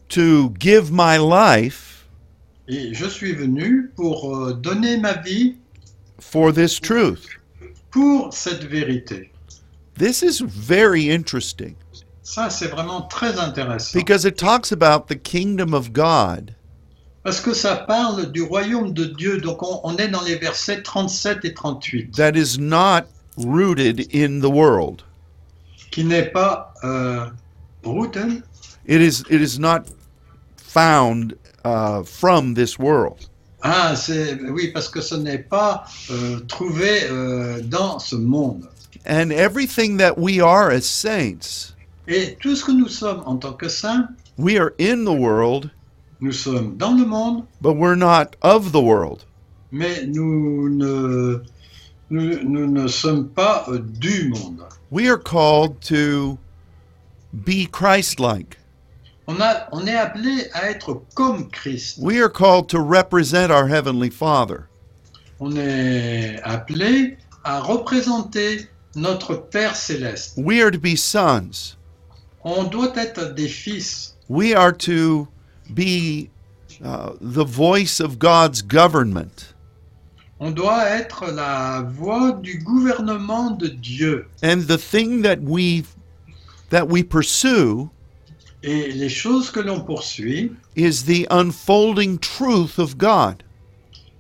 Speaker 1: to give my life
Speaker 2: Et je suis venu pour euh, donner ma vie
Speaker 1: for this truth.
Speaker 2: pour cette vérité.
Speaker 1: This is very interesting
Speaker 2: Ça, c'est vraiment très intéressant.
Speaker 1: because it talks about the kingdom of God
Speaker 2: Parce que ça parle du royaume de Dieu, donc on, on est dans les versets 37 et 38,
Speaker 1: that is not rooted in the world.
Speaker 2: qui n'est pas euh, hein. routen,
Speaker 1: It is it is not found uh, from this world.
Speaker 2: Ah, c'est oui, parce que ce n'est pas euh, trouvé euh, dans ce monde.
Speaker 1: And everything that we are as saints
Speaker 2: Et tout ce que nous sommes en tant que saints
Speaker 1: We are in the world,
Speaker 2: Nous sommes dans le monde,
Speaker 1: but we're not of the world.
Speaker 2: mais nous ne, nous, nous ne sommes pas euh, du monde.
Speaker 1: We are called to be Christ like.
Speaker 2: On, a, on est appelé à être comme Christ.
Speaker 1: We are called to represent our Heavenly Father.
Speaker 2: On est appelé à représenter notre Père céleste.
Speaker 1: We are to be sons.
Speaker 2: On doit être des fils.
Speaker 1: We are to be uh, the voice of God's government.
Speaker 2: On doit être la voix du gouvernement de Dieu.
Speaker 1: And the thing that we that we pursue
Speaker 2: Et les choses que l'on poursuit,
Speaker 1: is the unfolding truth of God.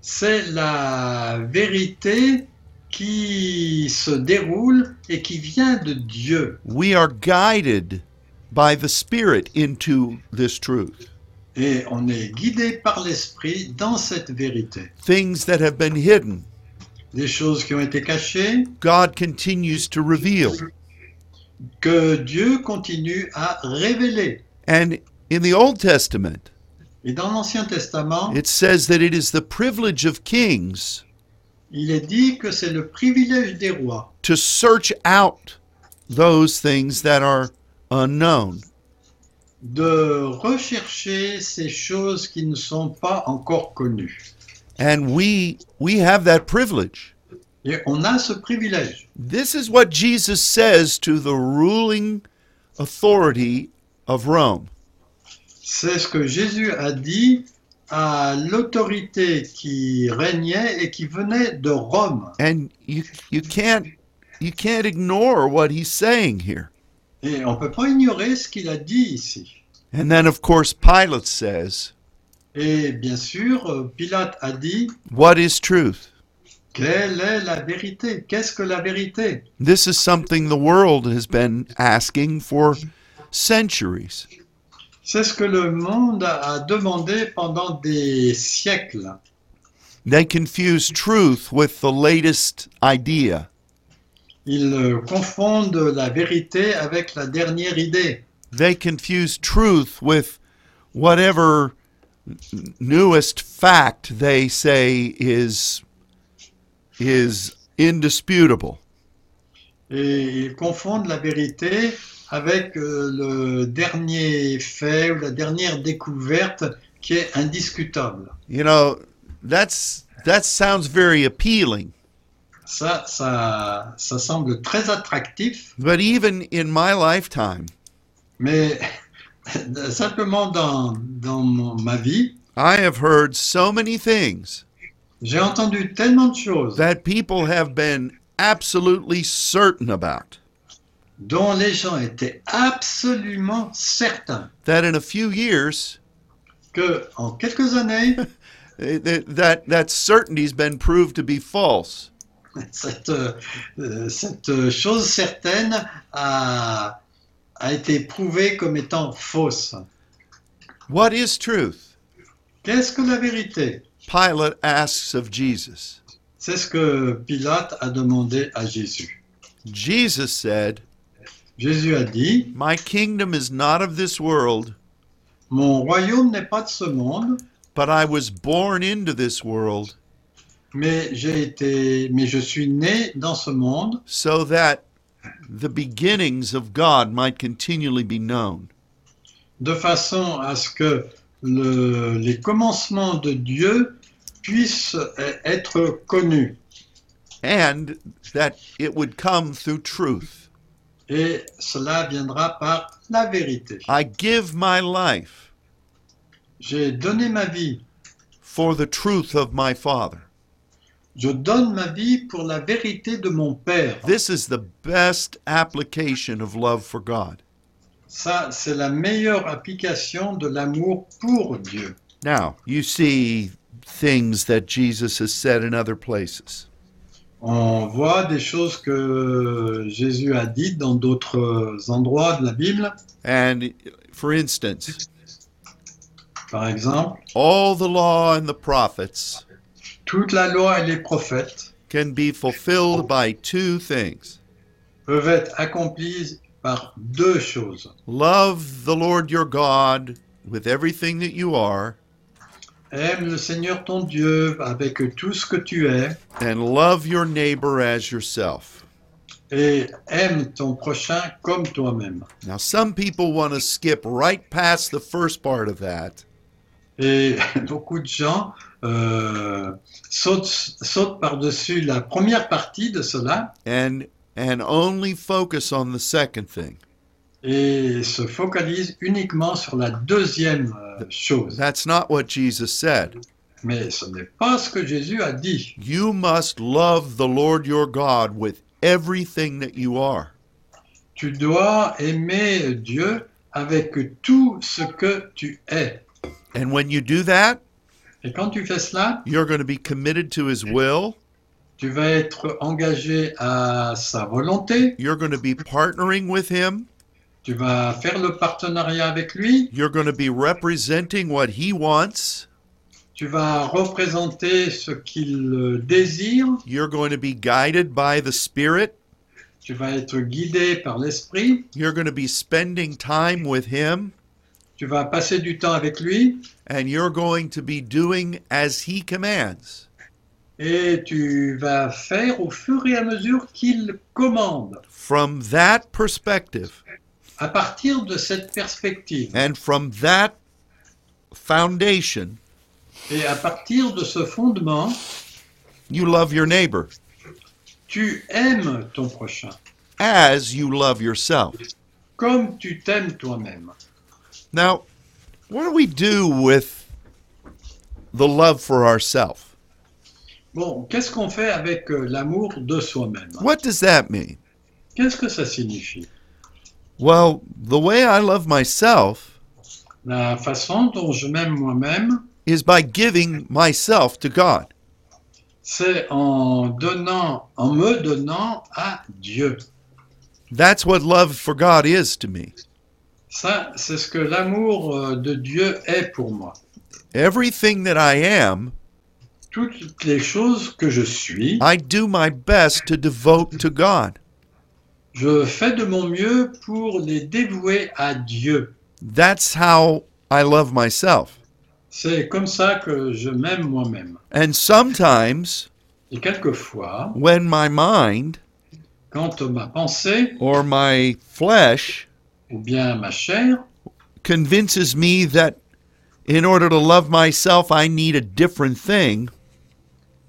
Speaker 2: c'est la vérité qui se déroule et qui vient de Dieu.
Speaker 1: We are guided by the Spirit into this truth.
Speaker 2: Et on est guidé par l'Esprit dans cette vérité.
Speaker 1: Things that have been hidden,
Speaker 2: Des choses qui ont été cachées,
Speaker 1: God continues to reveal.
Speaker 2: que Dieu continue à révéler.
Speaker 1: And in the Old Testament,
Speaker 2: Et dans l'Ancien Testament,
Speaker 1: it says that it is the privilege of kings
Speaker 2: il est dit que c'est le privilège des rois
Speaker 1: to search out those things that are unknown.
Speaker 2: de rechercher ces choses qui ne sont pas encore connues.
Speaker 1: And we we have that privilege.
Speaker 2: Et on a ce privilège.
Speaker 1: This is what Jesus says to the ruling authority of Rome.
Speaker 2: C'est ce que Jésus a dit à l'autorité qui régnait et qui venait de Rome.
Speaker 1: And you you can't you can't ignore what he's saying here.
Speaker 2: Et on ne peut pas ignorer ce qu'il a dit ici.
Speaker 1: And then of course Pilate says,
Speaker 2: Et bien sûr, euh, Pilate a dit,
Speaker 1: "What is truth?"
Speaker 2: quelle est la vérité Qu'est-ce que la vérité
Speaker 1: This is something the world has been asking for centuries.
Speaker 2: C'est ce que le monde a a demandé pendant des siècles.
Speaker 1: They confuse truth with the latest idea.
Speaker 2: Ils euh, confondent la vérité avec la dernière idée.
Speaker 1: They confuse truth with whatever n- newest fact they say is is indisputable.
Speaker 2: Et ils confondent la vérité avec euh, le dernier fait ou la dernière découverte qui est indiscutable.
Speaker 1: You know, that's that sounds very appealing,
Speaker 2: Ça, ça, ça semble très attractif,
Speaker 1: but even in my lifetime,
Speaker 2: mais simplement dans, dans mon- ma vie,
Speaker 1: I have heard so many things
Speaker 2: j'ai entendu tellement de choses
Speaker 1: that people have been absolutely certain about
Speaker 2: dont les gens étaient absolument certains
Speaker 1: that in a few years
Speaker 2: que en quelques années,
Speaker 1: eh, th- that that certainty's been proved to be false.
Speaker 2: cette, euh, cette chose certaine a, a été prouvée comme étant fausse.
Speaker 1: What is truth?
Speaker 2: Qu'est-ce que la vérité
Speaker 1: Pilate asks of Jesus.
Speaker 2: C'est ce que Pilate a demandé à Jésus.
Speaker 1: Jesus said,
Speaker 2: Jésus a dit,
Speaker 1: My kingdom is not of this world,
Speaker 2: Mon royaume n'est pas de ce monde,
Speaker 1: but I was born into this world
Speaker 2: mais j'ai été, mais je suis né dans ce monde
Speaker 1: so that the beginnings of God might continually be known.
Speaker 2: de façon à ce que le- les commencements de Dieu puissent euh, être connus.
Speaker 1: And that it would come through truth.
Speaker 2: Et cela viendra par la vérité.
Speaker 1: I give my life
Speaker 2: J'ai donné ma vie.
Speaker 1: for the truth of my Father.
Speaker 2: Je donne ma vie pour la vérité de mon Père.
Speaker 1: This is the best application of love for God.
Speaker 2: Ça, c'est la meilleure application de l'amour pour Dieu.
Speaker 1: Now, you see things that Jesus has said in other places.
Speaker 2: On voit des choses que Jésus a dites dans d'autres endroits de la Bible.
Speaker 1: And for instance,
Speaker 2: Par exemple,
Speaker 1: all the law and the prophets
Speaker 2: toute la loi et les prophètes
Speaker 1: can be fulfilled by two things
Speaker 2: peuvent être accomplis par deux choses.
Speaker 1: Love the Lord your God with everything that you are,
Speaker 2: Aime le Seigneur ton Dieu avec tout ce que tu es
Speaker 1: and love your neighbor as yourself.
Speaker 2: et aime ton prochain comme toi-même.
Speaker 1: Now, some people want to skip right past the first part of that
Speaker 2: Et beaucoup de gens euh, sautent, sautent par-dessus la première partie de cela
Speaker 1: and and only focus on the second thing.
Speaker 2: et se focalisent uniquement sur la deuxième euh, chose.
Speaker 1: That's not what Jesus said.
Speaker 2: Mais ce n'est pas ce que Jésus a dit.
Speaker 1: You must love the Lord your God with everything that you are.
Speaker 2: Tu dois aimer Dieu avec tout ce que tu es.
Speaker 1: And when you do that,
Speaker 2: Et quand tu fais cela,
Speaker 1: you're going to be committed to his will.
Speaker 2: tu vas être engagé à sa volonté,
Speaker 1: You're going to be partnering with him.
Speaker 2: tu vas faire le partenariat avec lui,
Speaker 1: You're going to be representing what he wants.
Speaker 2: tu vas représenter ce qu'il euh, désire,
Speaker 1: You're going to be guided by the Spirit.
Speaker 2: tu vas être guidé par l'esprit,
Speaker 1: You're going to be spending time with him.
Speaker 2: tu vas passer du temps avec lui
Speaker 1: And you're going to be doing as he commands.
Speaker 2: et tu vas faire au fur et à mesure qu'il commande.
Speaker 1: From that perspective
Speaker 2: À partir de cette perspective
Speaker 1: and from that foundation,
Speaker 2: et à partir de ce fondement,
Speaker 1: you love your neighbor
Speaker 2: tu aimes ton prochain
Speaker 1: as you love yourself.
Speaker 2: comme tu t'aimes toi-même.
Speaker 1: Now, what do we do with the love for ourselves?
Speaker 2: Bon, qu'est-ce qu'on fait avec euh, l'amour de soi-même
Speaker 1: What does that mean?
Speaker 2: Qu'est-ce que ça signifie
Speaker 1: Well, the way I love myself
Speaker 2: La façon dont je m'aime moi-même,
Speaker 1: is by giving myself to God.
Speaker 2: c'est en donnant, en me donnant à Dieu.
Speaker 1: That's what love for God is to me.
Speaker 2: Ça, c'est ce que l'amour euh, de Dieu est pour moi.
Speaker 1: Everything that I am,
Speaker 2: Toutes les choses que je suis,
Speaker 1: I do my best to devote to God.
Speaker 2: je fais de mon mieux pour les dévouer à Dieu.
Speaker 1: That's how I love myself.
Speaker 2: C'est comme ça que je m'aime moi-même.
Speaker 1: And sometimes
Speaker 2: Et quelquefois,
Speaker 1: when my mind
Speaker 2: quand ma pensée
Speaker 1: or my flesh
Speaker 2: ou bien ma chair
Speaker 1: convinces me that in order to love myself, I need a different thing,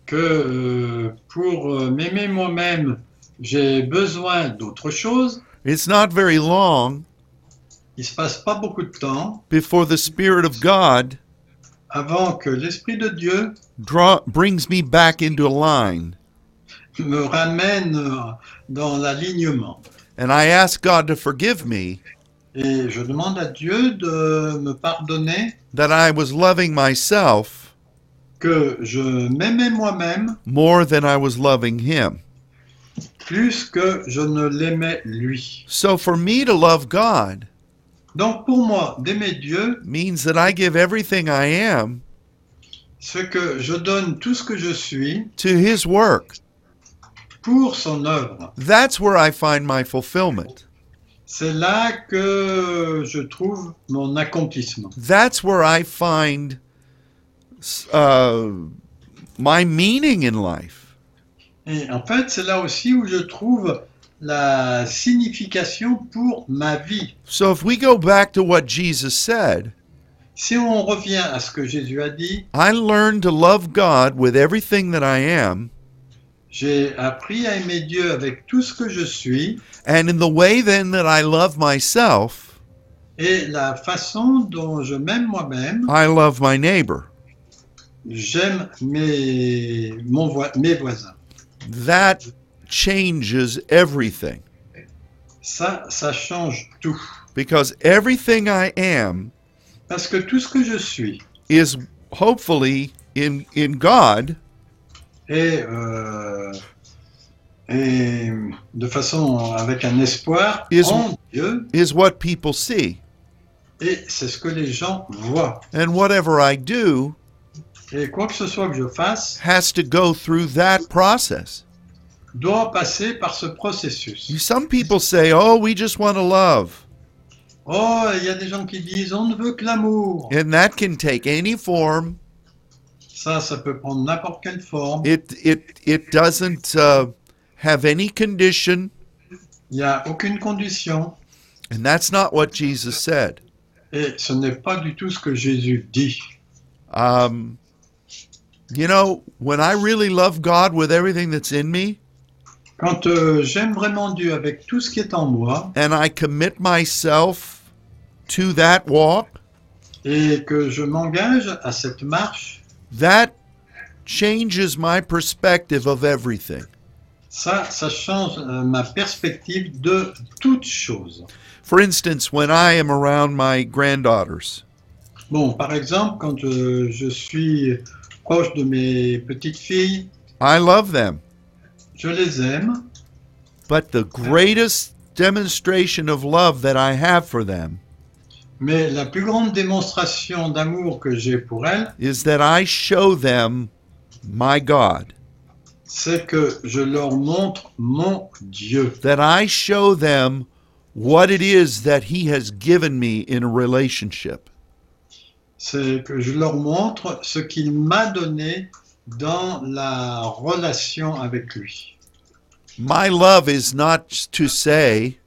Speaker 2: que euh, pour euh, m'aimer moi-même, j'ai besoin d'autre chose.
Speaker 1: it's not very long
Speaker 2: Il se passe pas beaucoup de temps
Speaker 1: before the Spirit of God
Speaker 2: avant que l'esprit de Dieu
Speaker 1: draw, brings me back into line.
Speaker 2: me ramène euh, dans l'alignement.
Speaker 1: And I ask God to forgive me
Speaker 2: Et je demande à Dieu de me pardonner
Speaker 1: that I was loving myself
Speaker 2: que je m'aimais moi-même
Speaker 1: more than I was loving Him.
Speaker 2: plus que je ne l'aimais lui.
Speaker 1: So for me to love God
Speaker 2: Donc pour moi, d'aimer Dieu,
Speaker 1: means that I give everything I am
Speaker 2: ce que je donne tout ce que je suis
Speaker 1: to His work.
Speaker 2: pour son œuvre.
Speaker 1: That's where I find my fulfillment.
Speaker 2: C'est là que je trouve mon accomplissement.
Speaker 1: that's where I find uh, my meaning in life.
Speaker 2: Et en fait, c'est là aussi où je trouve la signification pour ma vie.
Speaker 1: So if we go back to what Jesus said,
Speaker 2: Si on revient à ce que Jésus a dit,
Speaker 1: I learned to love God with everything that I am,
Speaker 2: j'ai appris à aimer Dieu avec tout ce que je suis,
Speaker 1: and in the way then that I love myself,
Speaker 2: et la façon dont je m'aime moi-même,
Speaker 1: I love my neighbor.
Speaker 2: j'aime mes, mon voi- mes voisins.
Speaker 1: That changes everything
Speaker 2: Ça, ça change tout.
Speaker 1: because everything I am
Speaker 2: Parce que tout ce que je suis
Speaker 1: is hopefully in in God
Speaker 2: est, euh, est de façon avec un espoir
Speaker 1: Is-
Speaker 2: en Dieu,
Speaker 1: is what people see.
Speaker 2: et c'est ce que les gens voient.
Speaker 1: And whatever I do
Speaker 2: Et quoi que ce soit que je fasse,
Speaker 1: has to go through that process.
Speaker 2: doit passer par ce processus.
Speaker 1: You- Some people say, oh, we just want to love.
Speaker 2: Oh, il y a des gens qui disent on ne veut que l'amour.
Speaker 1: And that can take any form.
Speaker 2: Ça, ça peut prendre n'importe quelle forme.
Speaker 1: It, it, it doesn't uh, have any condition.
Speaker 2: Il n'y a aucune condition.
Speaker 1: And that's not what Jesus said.
Speaker 2: Et ce n'est pas du tout ce que Jésus dit.
Speaker 1: Um, you know, when I really love God with everything that's in me
Speaker 2: Quand euh, j'aime vraiment Dieu avec tout ce qui est en moi
Speaker 1: and I commit myself to that walk,
Speaker 2: et que je m'engage à cette marche,
Speaker 1: that changes my perspective of everything.
Speaker 2: ça, ça change euh, ma perspective de toute chose.
Speaker 1: For instance, when I am around my granddaughters,
Speaker 2: Bon, par exemple, quand je, je suis proche de mes petites filles,
Speaker 1: I love them.
Speaker 2: je les aime,
Speaker 1: But the greatest demonstration of love that I have for them
Speaker 2: mais la plus grande démonstration d'amour que j'ai pour elles,
Speaker 1: is that I show them my God,
Speaker 2: c'est que je leur montre mon Dieu.
Speaker 1: that I show them what it is that He has given me in a relationship.
Speaker 2: C'est que je leur montre ce qu'il m'a donné dans la relation avec lui.
Speaker 1: My love is not to say,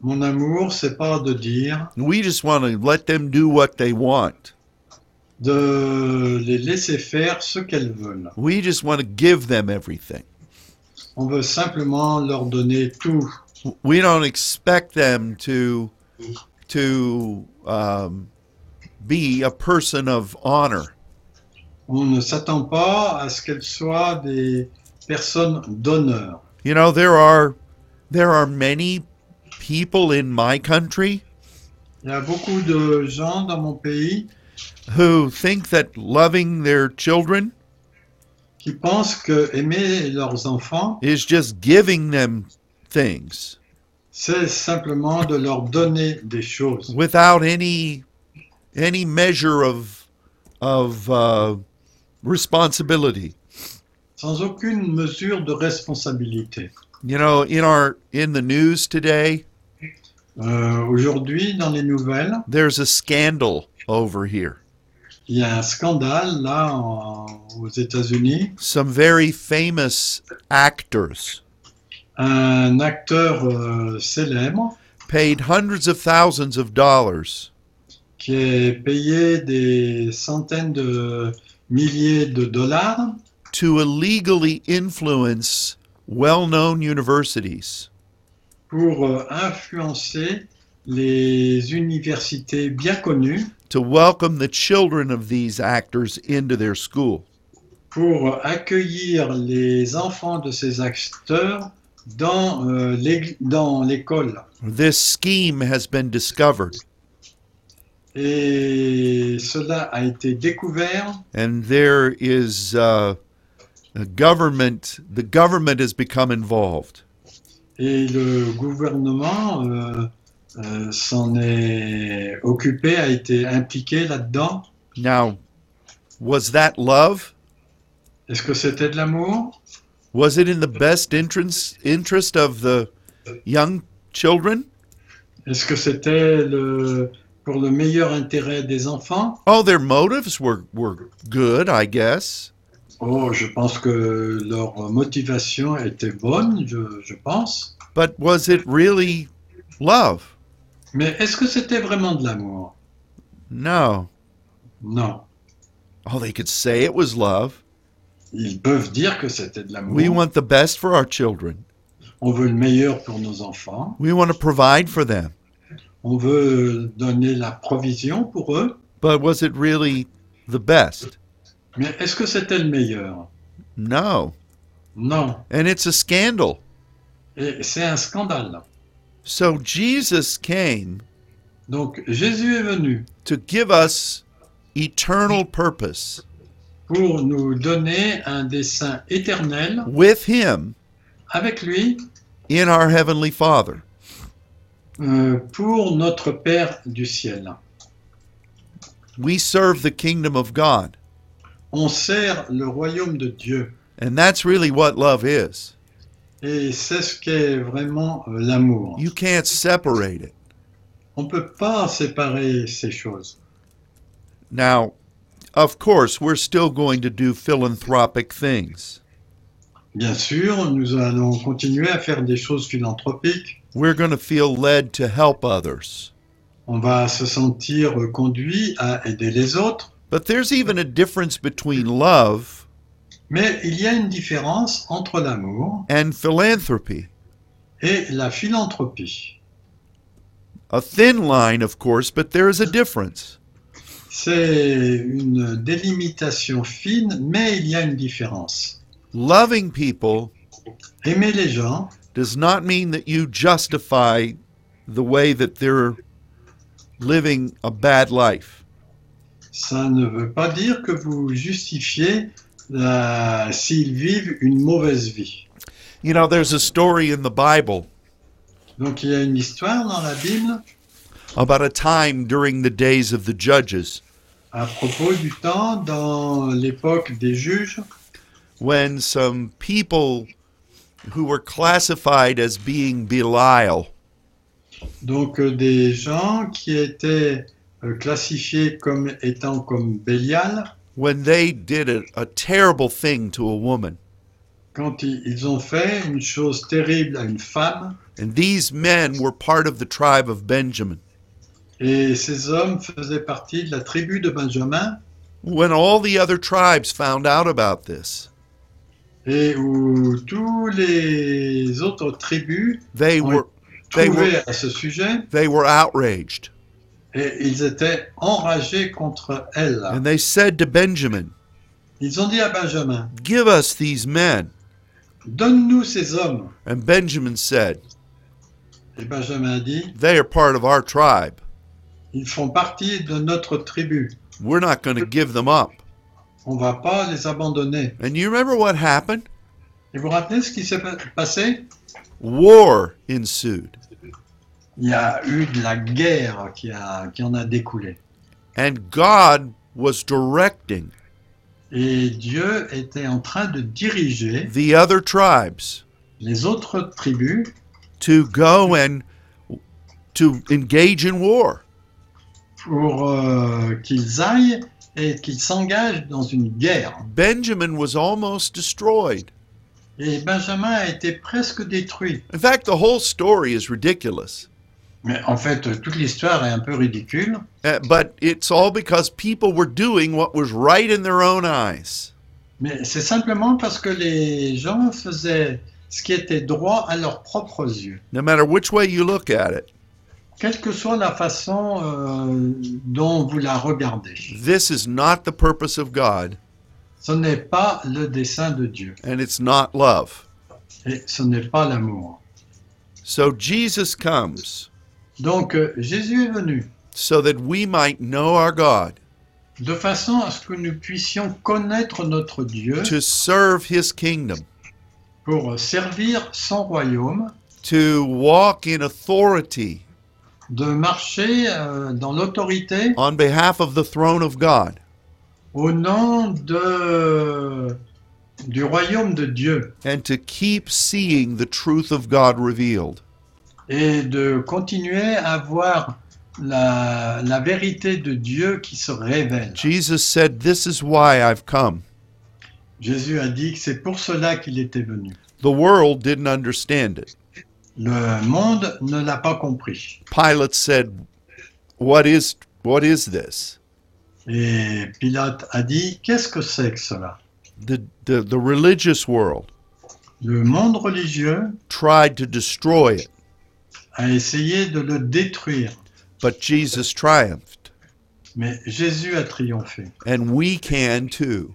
Speaker 2: Mon amour, c'est pas de dire,
Speaker 1: we just want to let them do what they want.
Speaker 2: de les laisser faire ce qu'elles veulent.
Speaker 1: We just want to give them everything.
Speaker 2: On veut simplement leur donner tout.
Speaker 1: we don't expect them to to um, be a person of honor.
Speaker 2: On ne s'attend pas à ce qu'elles soient des personnes d'honneur.
Speaker 1: You know, there are there are many people in my country
Speaker 2: Il y a beaucoup de gens dans mon pays
Speaker 1: who think that loving their children
Speaker 2: qui pensent que aimer leurs enfants,
Speaker 1: is just giving them things
Speaker 2: c'est simplement de leur donner des choses
Speaker 1: without any any measure of of uh, responsibility.
Speaker 2: sans aucune mesure de responsabilité.
Speaker 1: You know, in our in the news today,
Speaker 2: Euh, Aujourd'hui, dans les nouvelles,
Speaker 1: there's a scandal over here.
Speaker 2: il y a un scandale là en- aux États-Unis.
Speaker 1: some very famous actors
Speaker 2: Un acteur euh, célèbre
Speaker 1: paid hundreds of thousands of dollars
Speaker 2: qui est payé des centaines de milliers de dollars
Speaker 1: to illegally influence well known universities.
Speaker 2: pour euh, influencer les universités bien connues,
Speaker 1: To welcome the children of these actors into their school.
Speaker 2: pour accueillir les enfants de ces acteurs dans euh, l'ég- dans l'école.
Speaker 1: This scheme has been discovered,
Speaker 2: Et cela a été découvert
Speaker 1: and there is uh, a government. The government has become involved.
Speaker 2: et le gouvernement euh, euh, s'en est occupé, a été impliqué là-dedans.
Speaker 1: Now, was that love?
Speaker 2: Est-ce que c'était de l'amour
Speaker 1: Was it in the best interest interest of the young children?
Speaker 2: Est-ce que c'était le- pour le meilleur intérêt des enfants
Speaker 1: Oh, their motives were were good, I guess.
Speaker 2: Oh, je pense que leur motivation était bonne, je, je pense.
Speaker 1: But was it really love?
Speaker 2: Mais est-ce que c'était vraiment de l'amour
Speaker 1: No.
Speaker 2: Non.
Speaker 1: Oh, they could say it was love.
Speaker 2: Ils peuvent dire que c'était de l'amour.
Speaker 1: We want the best for our children.
Speaker 2: On veut le meilleur pour nos enfants.
Speaker 1: We want to provide for them.
Speaker 2: On veut donner la provision pour eux.
Speaker 1: But was it really the best?
Speaker 2: Mais est-ce que c'était le meilleur
Speaker 1: No.
Speaker 2: Non.
Speaker 1: And it's a scandal.
Speaker 2: Et c'est un scandale.
Speaker 1: So Jesus came
Speaker 2: Donc Jésus est venu
Speaker 1: to give us eternal purpose.
Speaker 2: pour nous donner un dessein éternel
Speaker 1: With him
Speaker 2: avec lui
Speaker 1: in our heavenly Father.
Speaker 2: euh, pour notre Père du ciel.
Speaker 1: We serve the kingdom of God,
Speaker 2: On sert le royaume de Dieu.
Speaker 1: and that's really what love is.
Speaker 2: Et c'est ce qu'est vraiment euh, l'amour.
Speaker 1: You can't separate it.
Speaker 2: On ne peut pas séparer ces choses.
Speaker 1: Now, of course, we're still going to do philanthropic things.
Speaker 2: Bien sûr, nous allons continuer à faire des choses philanthropiques.
Speaker 1: We're going to feel led to help others.
Speaker 2: On va se sentir conduit à aider les autres.
Speaker 1: But there's even a difference between love
Speaker 2: Mais il y a une différence entre l'amour
Speaker 1: and philanthropy.
Speaker 2: et la philanthropie.
Speaker 1: A thin line, of course, but there is a difference.
Speaker 2: C'est une délimitation fine, mais il y a une différence.
Speaker 1: Loving people
Speaker 2: Aimer les gens
Speaker 1: does not mean that you justify the way that they're living a bad life.
Speaker 2: Ça ne veut pas dire que vous justifiez la- s'ils vivent une mauvaise vie.
Speaker 1: You know, there's a story in the Bible
Speaker 2: Donc il y a une histoire dans la Bible
Speaker 1: about a time during the days of the judges
Speaker 2: à propos du temps dans l'époque des juges
Speaker 1: when some people who were classified as being Belial
Speaker 2: Donc euh, des gens qui étaient euh, classifiés comme étant comme Bélial
Speaker 1: when they did a, a terrible thing to a woman.
Speaker 2: quand i- ils ont fait une chose terrible à une femme
Speaker 1: And these men were part of the tribe of Benjamin.
Speaker 2: et ces hommes faisaient partie de la tribu de Benjamin
Speaker 1: When all the other tribes found out about this,
Speaker 2: et où tous les autres tribus
Speaker 1: they
Speaker 2: Oui.
Speaker 1: were They
Speaker 2: trouvaient à ce sujet
Speaker 1: they were outraged.
Speaker 2: et ils étaient enragés contre elle.
Speaker 1: And they said to Benjamin,
Speaker 2: Ils ont dit à Benjamin,
Speaker 1: "Give us these men."
Speaker 2: donne-nous ces hommes.
Speaker 1: And Benjamin said,
Speaker 2: Et Benjamin a dit,
Speaker 1: "They are part of our tribe.
Speaker 2: ils font partie de notre tribu,
Speaker 1: We're not going to give them up."
Speaker 2: on va pas les abandonner.
Speaker 1: And you remember what happened?
Speaker 2: Et vous vous rappelez ce qui s'est pa- passé
Speaker 1: War ensued.
Speaker 2: Il y a eu de la guerre qui, a- qui en a découlé.
Speaker 1: And God was directing
Speaker 2: Et Dieu était en train de diriger
Speaker 1: the other tribes
Speaker 2: les autres tribus
Speaker 1: to go and to engage in war.
Speaker 2: pour euh, qu'ils aillent et qu'ils s'engagent dans une guerre.
Speaker 1: Benjamin was almost destroyed.
Speaker 2: Et Benjamin a été presque détruit.
Speaker 1: In fact, the whole story is ridiculous.
Speaker 2: Mais en fait, toute l'histoire est un peu ridicule.
Speaker 1: Uh, but it's all because people were doing what was right in their own eyes.
Speaker 2: Mais c'est simplement parce que les gens faisaient ce qui était droit à leurs propres yeux.
Speaker 1: No matter which way you look at it,
Speaker 2: Quelle que soit la façon euh, dont vous la regardez.
Speaker 1: this is not the purpose of God
Speaker 2: Ce n'est pas le dessein de Dieu
Speaker 1: and it's not love.
Speaker 2: et ce n'est pas l'amour.
Speaker 1: So Jesus comes
Speaker 2: Donc euh, Jésus est venu
Speaker 1: so that we might know our God,
Speaker 2: de façon à ce que nous puissions connaître notre Dieu
Speaker 1: to serve his kingdom,
Speaker 2: pour servir son royaume,
Speaker 1: to walk in authority
Speaker 2: de marcher euh, dans l'autorité
Speaker 1: on behalf of the throne of God.
Speaker 2: au nom de, du royaume de Dieu
Speaker 1: and to keep seeing the truth of God revealed.
Speaker 2: et de continuer à voir la, la vérité de Dieu qui se révèle.
Speaker 1: Jesus said, This is why I've come.
Speaker 2: Jésus a dit que c'est pour cela qu'il était venu.
Speaker 1: The world didn't understand it.
Speaker 2: Le monde ne l'a pas compris.
Speaker 1: Pilate said, What is what is this?
Speaker 2: Et Pilate a dit, qu'est-ce que c'est que cela
Speaker 1: The, the, the religious world
Speaker 2: Le monde religieux
Speaker 1: tried to destroy it,
Speaker 2: a essayé de le détruire,
Speaker 1: but Jesus triumphed.
Speaker 2: mais Jésus a triomphé.
Speaker 1: And we can too.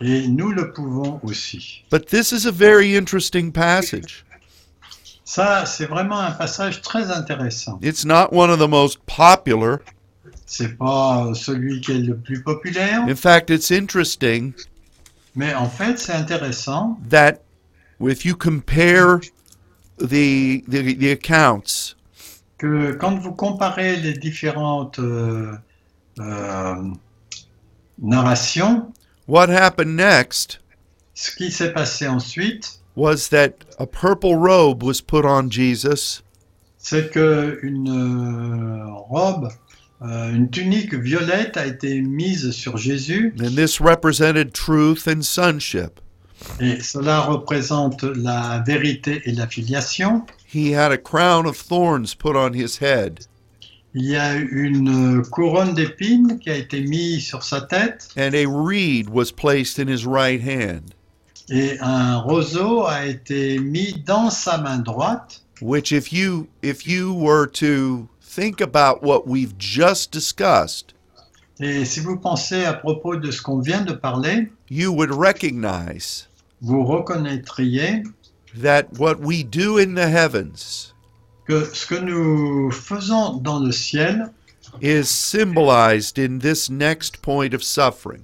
Speaker 2: Et nous le pouvons aussi.
Speaker 1: But this is a very interesting passage.
Speaker 2: Ça, c'est vraiment un passage très intéressant.
Speaker 1: It's not one of the most popular.
Speaker 2: C'est pas celui qui est le plus populaire,
Speaker 1: In fact, it's interesting
Speaker 2: mais en fait, c'est intéressant
Speaker 1: that if you compare the the, the accounts,
Speaker 2: que quand vous comparez les différentes euh, euh, narrations,
Speaker 1: what happened next
Speaker 2: ce qui s'est passé ensuite,
Speaker 1: was that a purple robe was put on Jesus
Speaker 2: c'est que une euh, robe, euh, une tunique violette a été mise sur Jésus
Speaker 1: and this represented truth and sonship.
Speaker 2: et cela représente la vérité et la filiation.
Speaker 1: He had a crown of thorns put on his head
Speaker 2: Il y a une euh, couronne d'épines qui a été mise sur sa tête
Speaker 1: and a reed was placed in his right hand,
Speaker 2: et un roseau a été mis dans sa main droite.
Speaker 1: which if you if you were to think about what we've just discussed,
Speaker 2: Et si vous pensez à propos de ce qu'on vient de parler,
Speaker 1: you would recognize
Speaker 2: vous reconnaîtriez
Speaker 1: that what we do in the heavens
Speaker 2: que ce que nous faisons dans le ciel,
Speaker 1: is symbolized in this next point of suffering.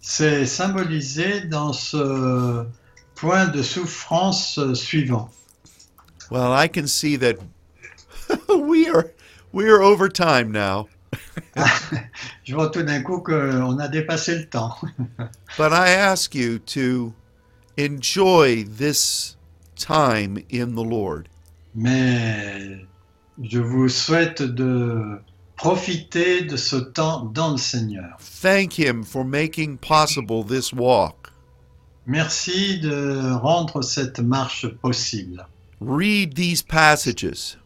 Speaker 2: c'est symbolisé dans ce point de souffrance suivant.
Speaker 1: Well, I can see that we are we are over time now,
Speaker 2: Je vois tout d'un coup qu'on a dépassé le temps.
Speaker 1: but I ask you to enjoy this time in the Lord.
Speaker 2: Mais je vous souhaite de profiter de ce temps dans le Seigneur.
Speaker 1: Thank him for making possible this walk.
Speaker 2: Merci de rendre cette marche possible.
Speaker 1: Read these passages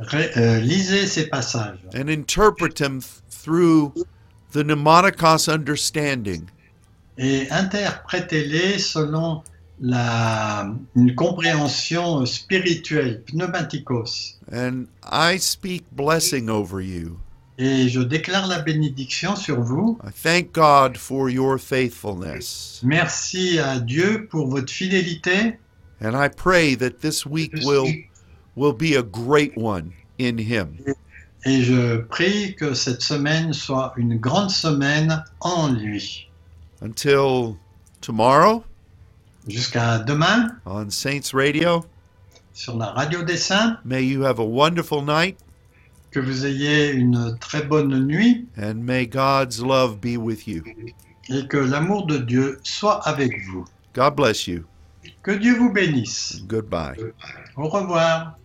Speaker 2: Ré- euh, lisez ces passages
Speaker 1: and interpret them th- through the mnemonicos understanding.
Speaker 2: et interprétez-les selon la, une compréhension spirituelle, pneumaticos.
Speaker 1: And I speak blessing over you.
Speaker 2: Et je déclare la bénédiction sur vous.
Speaker 1: I thank God for your faithfulness.
Speaker 2: Merci à Dieu pour votre fidélité.
Speaker 1: And I pray that this week will will be a great one in him.
Speaker 2: Et je prie que cette semaine soit une grande semaine en lui.
Speaker 1: Until tomorrow
Speaker 2: Jusqu'à demain
Speaker 1: on Saints Radio,
Speaker 2: sur la radio des saints.
Speaker 1: may you have a wonderful night
Speaker 2: Que vous ayez une très bonne nuit
Speaker 1: and may God's love be with you.
Speaker 2: et que l'amour de Dieu soit avec vous.
Speaker 1: God bless you.
Speaker 2: Que Dieu vous bénisse.
Speaker 1: Goodbye.
Speaker 2: Au revoir.